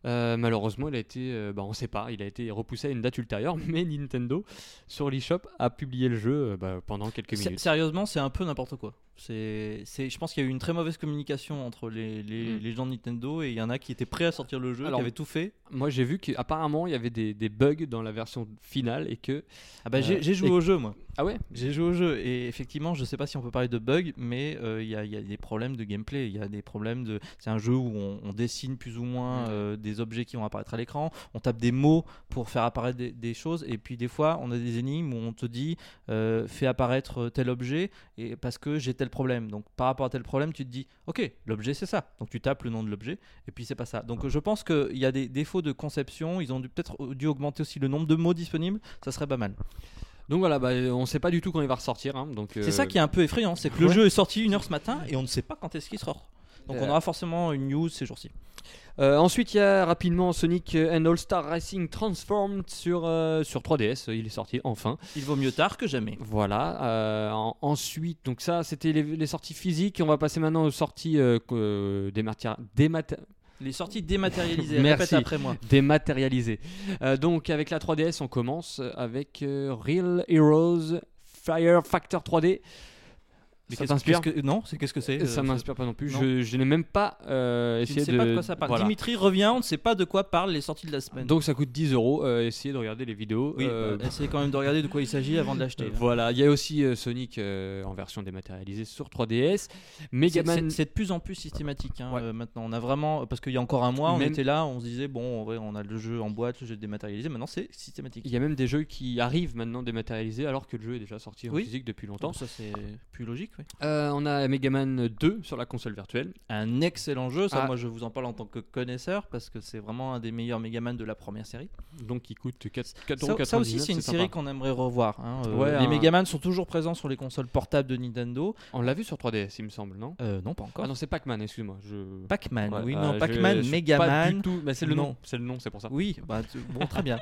[SPEAKER 1] Euh, malheureusement, il a été, euh, bah, on sait pas, il a été repoussé à une date ultérieure. *laughs* Mais Nintendo sur l'eShop a publié le jeu euh, bah, pendant quelques
[SPEAKER 2] Sé-
[SPEAKER 1] minutes.
[SPEAKER 2] Sérieusement, c'est un peu n'importe quoi. C'est, c'est, je pense qu'il y a eu une très mauvaise communication entre les, les,
[SPEAKER 1] Mm.
[SPEAKER 2] les gens de Nintendo et il y en a qui étaient prêts à sortir le jeu,
[SPEAKER 1] Alors-
[SPEAKER 2] qui avaient tout fait.
[SPEAKER 1] Moi, j'ai vu qu'apparemment il y avait des, des bugs dans la version finale et que
[SPEAKER 2] Ah bah j'ai,
[SPEAKER 1] Euh,
[SPEAKER 2] j'ai joué
[SPEAKER 1] et-
[SPEAKER 2] au jeu moi.
[SPEAKER 1] ah ouais,
[SPEAKER 2] J'ai joué au jeu et effectivement, je sais pas si on peut parler de bugs, mais euh, il y, a- il y a des problèmes de gameplay. Il y a des problèmes de. C'est un jeu où on, on dessine plus ou moins euh, des objets qui vont apparaître à l'écran. On tape des mots pour faire apparaître des, des choses. Et puis des fois, on a des énigmes où on te dit euh, fais apparaître tel objet et parce que j'ai tel problème. Donc par rapport à tel problème, tu te dis ok, l'objet c'est ça. Donc tu tapes le nom de l'objet et puis c'est pas ça. Donc euh, je pense qu'il y a des défauts de conception. Ils ont dû- peut-être dû augmenter aussi le nombre de mots disponibles. Ça serait pas mal.
[SPEAKER 1] donc voilà, bah, on sait pas du tout quand il va ressortir. hein, donc
[SPEAKER 2] C'est ça qui est un peu effrayant, c'est que le
[SPEAKER 1] ouais.
[SPEAKER 2] jeu est sorti une heure ce matin et on ne sait pas quand est-ce qu'il sort. Donc on
[SPEAKER 1] Euh.
[SPEAKER 2] aura forcément une news ces jours-ci.
[SPEAKER 1] Euh, ensuite, il y a rapidement Sonic and All Star Racing Transformed sur, euh, sur 3DS. Il est sorti enfin.
[SPEAKER 2] Il vaut mieux tard que jamais.
[SPEAKER 1] Voilà. euh, en- ensuite, donc ça, c'était les, les sorties physiques. On va passer maintenant aux sorties euh, que- dématéria- euh, dématé-
[SPEAKER 2] Les sorties dématérialisées.
[SPEAKER 1] Merci.
[SPEAKER 2] Répète après moi.
[SPEAKER 1] dématérialisé. Euh, donc avec la 3DS, on commence avec euh, Real Heroes Fire Factor 3D.
[SPEAKER 2] Mais
[SPEAKER 1] ça
[SPEAKER 2] qu'est-ce-
[SPEAKER 1] t'inspire
[SPEAKER 2] qu'est-ce que- Non, c'est qu'est-ce que c'est
[SPEAKER 1] Ça
[SPEAKER 2] euh,
[SPEAKER 1] m'inspire pas non plus.
[SPEAKER 2] non.
[SPEAKER 1] Je, je n'ai même pas euh,
[SPEAKER 2] Tu ne
[SPEAKER 1] essayé
[SPEAKER 2] sais pas de quoi ça parle.
[SPEAKER 1] Voilà.
[SPEAKER 2] Dimitri revient, on ne sait pas de quoi parlent les sorties de la semaine.
[SPEAKER 1] Donc ça coûte 10 euros. euh, Essayez de regarder les vidéos.
[SPEAKER 2] oui,
[SPEAKER 1] euh,
[SPEAKER 2] euh, essayez quand même de regarder de quoi il s'agit avant de l'acheter. hein.
[SPEAKER 1] euh,
[SPEAKER 2] là.
[SPEAKER 1] voilà, il y a aussi euh, Sonic euh, en version dématérialisée sur 3DS.
[SPEAKER 2] C'est-
[SPEAKER 1] Megaman
[SPEAKER 2] C'est c'est de plus en plus systématique hein,
[SPEAKER 1] Ouais.
[SPEAKER 2] euh, maintenant. On a vraiment parce qu'il y a encore un mois, on
[SPEAKER 1] Même-
[SPEAKER 2] était là, on se disait bon, ouais, on a le jeu en boîte, le jeu dématérialisé. Maintenant, c'est
[SPEAKER 1] Il
[SPEAKER 2] systématique.
[SPEAKER 1] y a même des jeux qui arrivent maintenant dématérialisés alors que le jeu est déjà sorti en
[SPEAKER 2] Oui.
[SPEAKER 1] physique depuis longtemps.
[SPEAKER 2] Donc ça, c'est plus logique. oui.
[SPEAKER 1] Euh, on a Megaman 2 sur la console virtuelle.
[SPEAKER 2] Un excellent jeu, ça,
[SPEAKER 1] Ah.
[SPEAKER 2] moi, je vous en parle en tant que connaisseur parce que c'est vraiment un des meilleurs Megaman de la première série.
[SPEAKER 1] Donc qui coûte 4
[SPEAKER 2] Ça, ça aussi, c'est une série qu'on aimerait revoir. hein, euh,
[SPEAKER 1] Ouais,
[SPEAKER 2] les
[SPEAKER 1] un-
[SPEAKER 2] Megaman sont toujours présents sur les consoles portables de Nintendo.
[SPEAKER 1] On l'a vu sur 3DS, il me semble, non
[SPEAKER 2] Euh, non, pas encore.
[SPEAKER 1] Ah non, c'est Pac-Man, excuse-moi. Je...
[SPEAKER 2] Pac-Man,
[SPEAKER 1] Ouais,
[SPEAKER 2] oui,
[SPEAKER 1] euh,
[SPEAKER 2] non,
[SPEAKER 1] je- je
[SPEAKER 2] Pac-Man,
[SPEAKER 1] suis Pas du
[SPEAKER 2] Megaman,
[SPEAKER 1] tout, mais c'est le nom,
[SPEAKER 2] Non.
[SPEAKER 1] c'est le nom, c'est pour ça.
[SPEAKER 2] oui, bah, tu- bon,
[SPEAKER 1] *laughs*
[SPEAKER 2] très bien.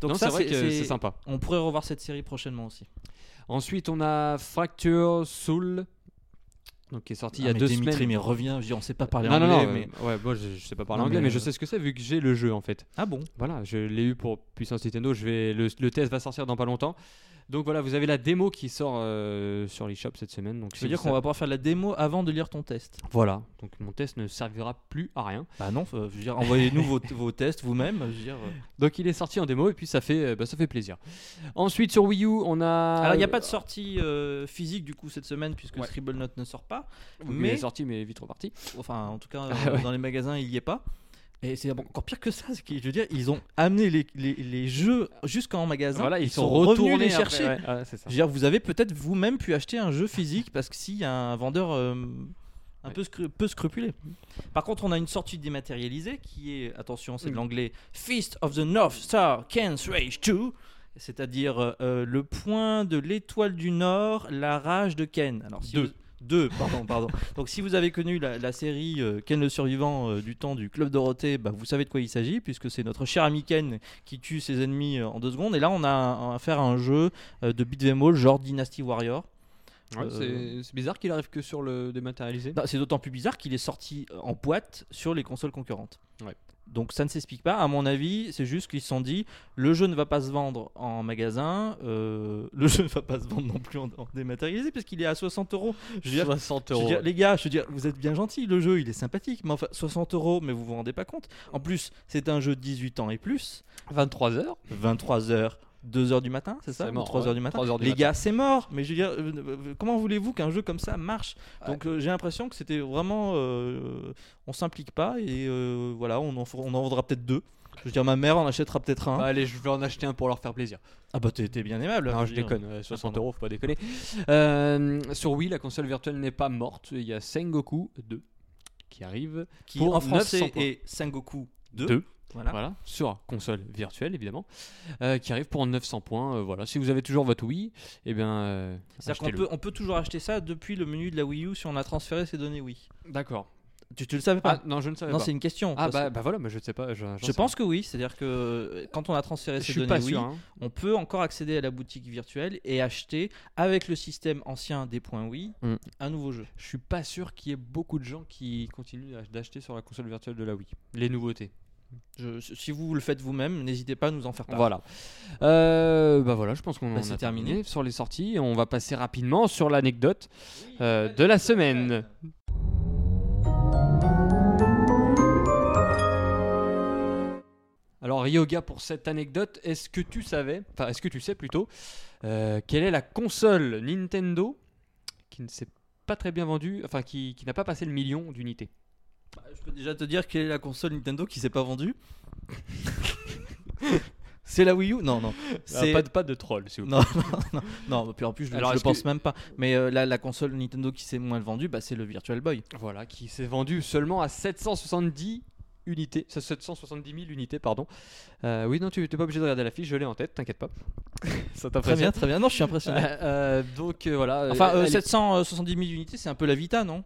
[SPEAKER 2] Donc
[SPEAKER 1] non,
[SPEAKER 2] ça,
[SPEAKER 1] c'est vrai que c'est Ah,
[SPEAKER 2] c'est-
[SPEAKER 1] sympa.
[SPEAKER 2] On pourrait revoir cette série prochainement aussi.
[SPEAKER 1] Ensuite, on a Fracture Soul, donc qui est sorti il y a
[SPEAKER 2] Ah, mais
[SPEAKER 1] deux
[SPEAKER 2] Dimitri,
[SPEAKER 1] semaines.
[SPEAKER 2] mais reviens, je dis, on sait pas parler
[SPEAKER 1] non,
[SPEAKER 2] anglais.
[SPEAKER 1] non, non,
[SPEAKER 2] mais...
[SPEAKER 1] euh, ouais, moi je, je sais pas parler
[SPEAKER 2] Non,
[SPEAKER 1] anglais, mais,
[SPEAKER 2] mais,
[SPEAKER 1] je
[SPEAKER 2] euh,
[SPEAKER 1] sais ce que c'est vu que j'ai le jeu en fait.
[SPEAKER 2] Ah bon
[SPEAKER 1] Voilà, je l'ai eu pour Puissance Nintendo, je vais, le, le test va sortir dans pas longtemps. Donc voilà, vous avez la démo qui sort euh, sur l'eShop cette semaine. Donc
[SPEAKER 2] Ça
[SPEAKER 1] si
[SPEAKER 2] veut dire
[SPEAKER 1] vous
[SPEAKER 2] qu'on
[SPEAKER 1] sa-
[SPEAKER 2] va pouvoir faire la démo avant de lire ton test
[SPEAKER 1] Voilà, donc mon test ne servira plus à rien.
[SPEAKER 2] Bah non, euh, je veux dire, envoyez-nous vos, vos tests vous-même. je veux dire, euh.
[SPEAKER 1] Donc il est sorti en démo et puis ça fait, euh, bah, ça fait plaisir. Ensuite sur Wii U, on a.
[SPEAKER 2] Alors, il n'y a pas de sortie euh, physique du coup cette semaine puisque
[SPEAKER 1] Ouais.
[SPEAKER 2] Scribble Note ne sort pas.
[SPEAKER 1] mais... Il est
[SPEAKER 2] mais-
[SPEAKER 1] sorti mais vite reparti.
[SPEAKER 2] Enfin, en tout cas,
[SPEAKER 1] Ah
[SPEAKER 2] euh,
[SPEAKER 1] ouais.
[SPEAKER 2] dans les magasins, il n'y est pas. Et c'est encore pire que ça, c'est que, je veux dire, ils ont amené les, les- les jeux jusqu'en magasin.
[SPEAKER 1] Voilà, ils, sont,
[SPEAKER 2] revenus
[SPEAKER 1] retournés
[SPEAKER 2] les
[SPEAKER 1] après,
[SPEAKER 2] chercher.
[SPEAKER 1] ouais. Ah, c'est ça.
[SPEAKER 2] Je veux dire, vous avez peut-être vous-même pu acheter un jeu physique parce que s'il y a un vendeur euh, un peu, scru- peu scrupulé. Par contre, on a une sortie dématérialisée qui est, attention, c'est de
[SPEAKER 1] Mm.
[SPEAKER 2] l'anglais, Feast of the North Star Ken's Rage 2. C'est-à-dire euh, euh, le point de l'étoile du Nord, la rage de Ken. Alors, si
[SPEAKER 1] Deux.
[SPEAKER 2] vous- deux, pardon,
[SPEAKER 1] *laughs*
[SPEAKER 2] pardon. Donc, si vous avez connu la, la série euh, Ken le survivant euh, du temps du Club Dorothée, bah, vous savez de quoi il s'agit, puisque c'est notre cher ami Ken qui tue ses ennemis euh, en deux secondes. Et là, on a un- affaire à un jeu euh, de beat'em all genre Dynasty Warrior.
[SPEAKER 1] Ouais,
[SPEAKER 2] Euh,
[SPEAKER 1] c'est- C'est bizarre qu'il arrive que sur le dématérialisé.
[SPEAKER 2] Non, C'est d'autant plus bizarre qu'il est sorti euh, en boîte sur les consoles concurrentes.
[SPEAKER 1] Ouais.
[SPEAKER 2] Donc ça ne s'explique pas. À mon avis, c'est juste qu'ils se sont dit le jeu ne va pas se vendre en magasin, euh, *laughs* le jeu ne va pas se vendre non plus en, en dématérialisé parce qu'il est à 60 euros. Je veux dire,
[SPEAKER 1] 60
[SPEAKER 2] Je veux dire, les gars, je veux dire, vous êtes bien gentils, le jeu il est sympathique, mais enfin 60 euros, mais vous vous rendez pas compte. En plus, c'est un jeu de 18 ans et plus,
[SPEAKER 1] 23 heures.
[SPEAKER 2] Hein 23 heures, 2 heures du matin, c'est ça
[SPEAKER 1] C'est
[SPEAKER 2] Ou
[SPEAKER 1] mort,
[SPEAKER 2] 3
[SPEAKER 1] ouais.
[SPEAKER 2] heures du matin.
[SPEAKER 1] 3 heures du
[SPEAKER 2] les
[SPEAKER 1] matin.
[SPEAKER 2] gars, c'est mort, mais je veux dire, euh, euh, comment voulez-vous qu'un jeu comme ça marche Donc euh, j'ai l'impression que c'était vraiment. euh, on s'implique pas et euh, voilà, on en, fera- on en vendra peut-être deux. Je veux dire, ma mère en achètera peut-être un.
[SPEAKER 1] Bah, allez, je vais en acheter un pour leur faire plaisir.
[SPEAKER 2] Ah bah t'es t'es bien aimable.
[SPEAKER 1] Non,
[SPEAKER 2] veux
[SPEAKER 1] je
[SPEAKER 2] dire.
[SPEAKER 1] déconne, euh, 60
[SPEAKER 2] Ah, pardon.
[SPEAKER 1] euros, faut pas déconner. Euh, sur Wii, la console virtuelle n'est pas morte. Il y a Sengoku 2 qui arrive.
[SPEAKER 2] Qui
[SPEAKER 1] Pour
[SPEAKER 2] en français
[SPEAKER 1] 900 points.
[SPEAKER 2] est Sengoku 2.
[SPEAKER 1] Deux.
[SPEAKER 2] Voilà.
[SPEAKER 1] Voilà, sur console virtuelle évidemment, euh, qui arrive pour 900 points. euh, voilà, si vous avez toujours votre Wii, eh bien. euh,
[SPEAKER 2] C'est-à-dire qu'on
[SPEAKER 1] achetez-le.
[SPEAKER 2] peut, on peut toujours acheter ça depuis le menu de la Wii U si on a transféré ses données Wii.
[SPEAKER 1] D'accord.
[SPEAKER 2] Tu, tu le savais
[SPEAKER 1] Ah,
[SPEAKER 2] pas
[SPEAKER 1] non, je ne savais
[SPEAKER 2] Non,
[SPEAKER 1] pas.
[SPEAKER 2] c'est une question.
[SPEAKER 1] Ah
[SPEAKER 2] parce que-
[SPEAKER 1] bah, bah voilà, mais je ne sais pas. Je, j'en
[SPEAKER 2] Je
[SPEAKER 1] sais
[SPEAKER 2] pense que oui, c'est-à-dire que euh, quand on a transféré
[SPEAKER 1] rien. je
[SPEAKER 2] ses
[SPEAKER 1] suis
[SPEAKER 2] données
[SPEAKER 1] pas
[SPEAKER 2] Wii,
[SPEAKER 1] sûr. hein.
[SPEAKER 2] on peut encore accéder à la boutique virtuelle et acheter avec le système ancien des points Wii
[SPEAKER 1] Mm.
[SPEAKER 2] un nouveau jeu.
[SPEAKER 1] Je suis pas sûr qu'il y ait beaucoup de gens qui continuent d'ach- d'acheter sur la console virtuelle de la Wii les nouveautés.
[SPEAKER 2] Je- si vous le faites vous-même, n'hésitez pas à nous en faire part.
[SPEAKER 1] Voilà. Euh, bah voilà, je pense qu'on
[SPEAKER 2] Bah,
[SPEAKER 1] en
[SPEAKER 2] c'est
[SPEAKER 1] a
[SPEAKER 2] terminé.
[SPEAKER 1] terminé sur les sorties. On va passer rapidement sur l'anecdote euh, de la semaine. Alors Yoga, pour cette anecdote, est-ce que tu savais, enfin est-ce que tu sais plutôt, euh, quelle est la console Nintendo qui ne s'est pas très bien vendue, enfin qui, qui n'a pas passé le million d'unités
[SPEAKER 2] Bah, Je peux déjà te dire quelle est la console Nintendo qui s'est pas vendue. *laughs* C'est la Wii U Non, non. C'est-
[SPEAKER 1] Ah, pas, de, pas de troll, s'il vous plaît.
[SPEAKER 2] *laughs* Non, non, non, non, puis en plus je,
[SPEAKER 1] Alors,
[SPEAKER 2] je le
[SPEAKER 1] est-ce
[SPEAKER 2] pense
[SPEAKER 1] que-
[SPEAKER 2] même pas. Mais euh, la, la console Nintendo qui s'est moins vendue, bah, c'est le Virtual Boy.
[SPEAKER 1] Voilà, qui s'est vendu seulement à 770 unités, euh, ça, 770 000 unités, pardon. Euh, oui, non, tu n'es pas obligé de regarder la fiche, je l'ai en tête, t'inquiète pas. *laughs* ça
[SPEAKER 2] Très bien,
[SPEAKER 1] t'impressionne
[SPEAKER 2] très bien. Non, je suis impressionné.
[SPEAKER 1] Euh, euh, donc euh, voilà. euh,
[SPEAKER 2] Enfin, euh,
[SPEAKER 1] elle est-
[SPEAKER 2] 770 000 unités, c'est un peu la Vita, non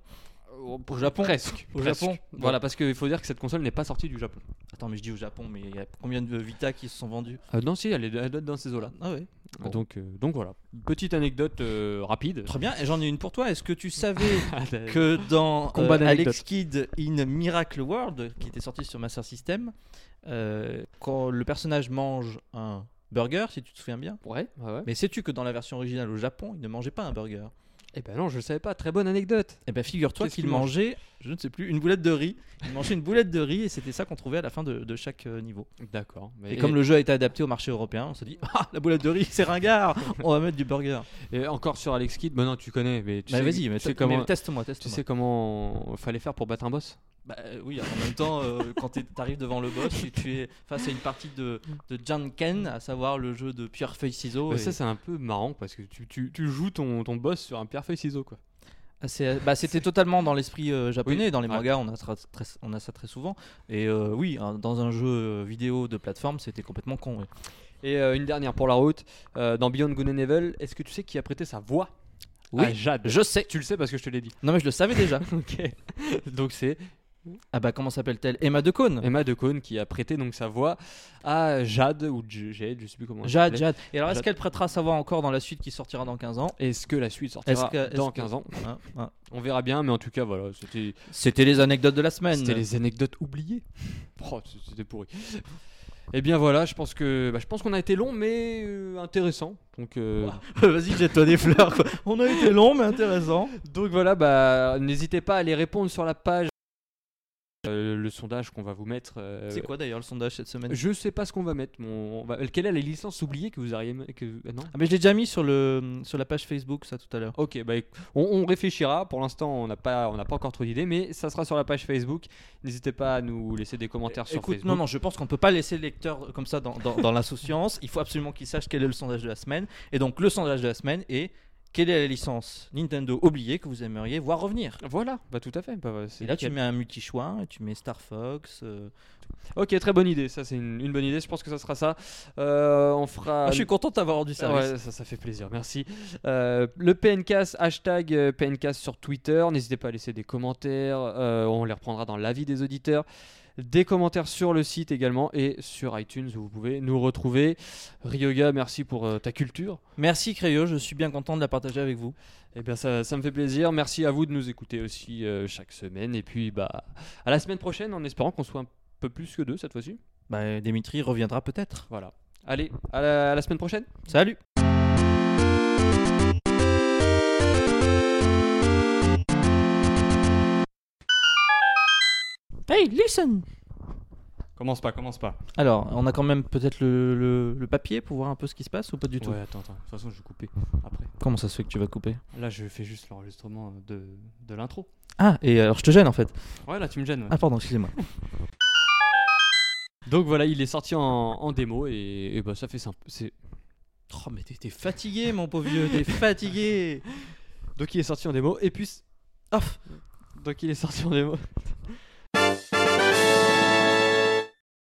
[SPEAKER 2] Au Japon.
[SPEAKER 1] Presque.
[SPEAKER 2] Au
[SPEAKER 1] presque.
[SPEAKER 2] Japon.
[SPEAKER 1] Voilà, parce qu'il faut dire que cette console n'est pas sortie du Japon.
[SPEAKER 2] Attends, mais je dis au Japon, mais il y a combien de Vita qui se sont vendues
[SPEAKER 1] Euh, non, si, elle est elle doit être dans ces eaux-là.
[SPEAKER 2] Ah ouais. Bon.
[SPEAKER 1] Donc, euh, donc voilà, petite anecdote euh, rapide. *laughs*
[SPEAKER 2] Très bien, et j'en ai une pour toi. Est-ce que tu savais que dans
[SPEAKER 1] Combat
[SPEAKER 2] euh,
[SPEAKER 1] d'anecdotes.
[SPEAKER 2] Alex Kidd in Miracle World, qui était sorti sur Master System, euh, quand le personnage mange un burger, si tu te souviens bien,
[SPEAKER 1] Ouais, ouais, ouais.
[SPEAKER 2] mais sais-tu que dans la version originale au Japon, il ne mangeait pas un burger
[SPEAKER 1] Eh ben non, je le savais pas. Très bonne anecdote.
[SPEAKER 2] Eh bien, figure-toi
[SPEAKER 1] Qu'est-ce
[SPEAKER 2] qu'il
[SPEAKER 1] qu'il mange
[SPEAKER 2] mangeait, je ne sais plus, une boulette de riz. Il mangeait une boulette de riz et c'était ça qu'on trouvait à la fin de, de chaque euh, niveau.
[SPEAKER 1] D'accord.
[SPEAKER 2] Et, comme le jeu a été adapté au marché européen, on s'est dit *laughs* Ah, la boulette de riz, c'est ringard On va mettre du burger.
[SPEAKER 1] et encore sur Alex Kidd, bah non, tu connais, mais tu
[SPEAKER 2] Bah,
[SPEAKER 1] sais,
[SPEAKER 2] vas-y, mais
[SPEAKER 1] tu sais
[SPEAKER 2] t-
[SPEAKER 1] comment,
[SPEAKER 2] mais teste-moi, teste-moi.
[SPEAKER 1] tu sais comment fallait faire pour battre un boss.
[SPEAKER 2] Bah euh, oui, en même temps, euh, quand t'es- t'arrives devant le boss, tu, tu es face à une partie de, de Janken, à savoir le jeu de pierre feuille ciseaux.
[SPEAKER 1] Bah,
[SPEAKER 2] et-
[SPEAKER 1] Ça, c'est un peu marrant parce que tu, tu- tu joues ton, ton boss sur un pierre feuille ciseau quoi.
[SPEAKER 2] Ah, c'est- bah, c'était totalement dans l'esprit euh, japonais.
[SPEAKER 1] Oui,
[SPEAKER 2] Dans les
[SPEAKER 1] ouais.
[SPEAKER 2] mangas, on a, tra- très, on a ça très souvent. Et euh, oui, hein, dans un jeu vidéo de plateforme, c'était complètement con. ouais.
[SPEAKER 1] Et euh, une dernière pour la route. euh, dans Beyond Good and Evil, est-ce que tu sais qui a prêté sa voix
[SPEAKER 2] Oui,
[SPEAKER 1] à Jade
[SPEAKER 2] Je sais.
[SPEAKER 1] Tu le sais parce que je te l'ai dit.
[SPEAKER 2] Non mais je le savais déjà.
[SPEAKER 1] Ok. *laughs* donc c'est
[SPEAKER 2] ah bah comment s'appelle-t-elle Emma de Cône.
[SPEAKER 1] Emma Decaune qui a prêté donc sa voix à Jade ou J- Jade, je sais plus comment. elle
[SPEAKER 2] Jade,
[SPEAKER 1] s'appelait.
[SPEAKER 2] Jade. Et alors est-ce
[SPEAKER 1] Jade.
[SPEAKER 2] qu'elle prêtera sa voix encore dans la suite qui sortira dans 15 ans
[SPEAKER 1] Est-ce que la suite
[SPEAKER 2] Est-ce
[SPEAKER 1] sortira
[SPEAKER 2] que- est-ce
[SPEAKER 1] dans
[SPEAKER 2] que-
[SPEAKER 1] 15 ans
[SPEAKER 2] Hein, hein.
[SPEAKER 1] On verra bien, mais en tout cas, voilà, c'était
[SPEAKER 2] C'était les anecdotes de la semaine.
[SPEAKER 1] c'était les anecdotes oubliées. *laughs* Oh, c- c'était pourri. Et bien voilà, je pense que bah, je pense qu'on a été long, mais euh, intéressant. Donc euh,
[SPEAKER 2] *laughs* Vas-y, jette-toi des fleurs. quoi. On a été long mais intéressant.
[SPEAKER 1] donc voilà, bah n'hésitez pas à aller répondre sur la page. euh, le sondage qu'on va vous mettre. euh,
[SPEAKER 2] C'est quoi d'ailleurs le sondage cette semaine
[SPEAKER 1] Je sais pas ce qu'on va mettre. mon- on va- Quelle est la licence oubliée que vous arrivez que... ah, Non
[SPEAKER 2] Ah mais je l'ai déjà mis sur, le, sur la page Facebook ça tout à l'heure.
[SPEAKER 1] Ok, bah, éc- on, on réfléchira. Pour l'instant, on n'a pas, on n'a pas encore trop d'idées, mais ça sera sur la page Facebook. N'hésitez pas à nous laisser des commentaires sur
[SPEAKER 2] Euh, Écoute,
[SPEAKER 1] Facebook.
[SPEAKER 2] non, non, je pense qu'on peut pas laisser le lecteur comme ça dans, dans- dans l'insouciance. Il faut absolument qu'il sache quel est le sondage de la semaine. Et donc le sondage de la semaine est quelle est la licence Nintendo oubliée que vous aimeriez voir revenir
[SPEAKER 1] Voilà, bah tout à fait. bah, bah, c'est
[SPEAKER 2] Et là tu
[SPEAKER 1] nickel.
[SPEAKER 2] mets un multi-choix, et tu mets Star Fox. euh.
[SPEAKER 1] Ok, très bonne idée. Ça, c'est une, une bonne idée. Je pense que ça sera ça. Euh, on fera.
[SPEAKER 2] Ah, je suis content d'avoir rendu
[SPEAKER 1] Ah
[SPEAKER 2] service.
[SPEAKER 1] ouais, ça, ça fait plaisir, merci. Euh, le PNCast, hashtag euh, PNCast sur Twitter. N'hésitez pas à laisser des commentaires. euh, on les reprendra dans l'avis des auditeurs. Des commentaires sur le site également et sur iTunes où vous pouvez nous retrouver. Ryoga, merci pour euh, ta culture.
[SPEAKER 2] Merci Créo, je suis bien content de la partager avec vous.
[SPEAKER 1] Eh bien, ça, ça me fait plaisir. Merci à vous de nous écouter aussi euh, chaque semaine. Et puis, bah, à la semaine prochaine en espérant qu'on soit un peu plus que deux cette fois-ci.
[SPEAKER 2] Bah, Dimitri reviendra peut-être.
[SPEAKER 1] Voilà. Allez, à la- à la semaine prochaine.
[SPEAKER 2] Salut Hey, listen
[SPEAKER 1] Commence pas, commence pas.
[SPEAKER 2] Alors, on a quand même peut-être le, le- le papier pour voir un peu ce qui se passe ou pas du tout
[SPEAKER 1] Ouais, attends, attends. De toute façon, je vais couper après.
[SPEAKER 2] Comment ça se fait que tu vas couper
[SPEAKER 1] Là, je fais juste l'enregistrement de, de l'intro.
[SPEAKER 2] Ah, et alors je te gêne en fait.
[SPEAKER 1] Ouais, là, tu me gênes. ouais.
[SPEAKER 2] Ah, pardon, excusez-moi.
[SPEAKER 1] Donc voilà, il est sorti en, en démo et, et bah, ça fait simple. C'est...
[SPEAKER 2] Oh, mais t'es t'es fatigué, mon pauvre vieux, t'es fatigué
[SPEAKER 1] Donc il est sorti en démo et puis.
[SPEAKER 2] Ah.
[SPEAKER 1] Donc il est sorti en démo.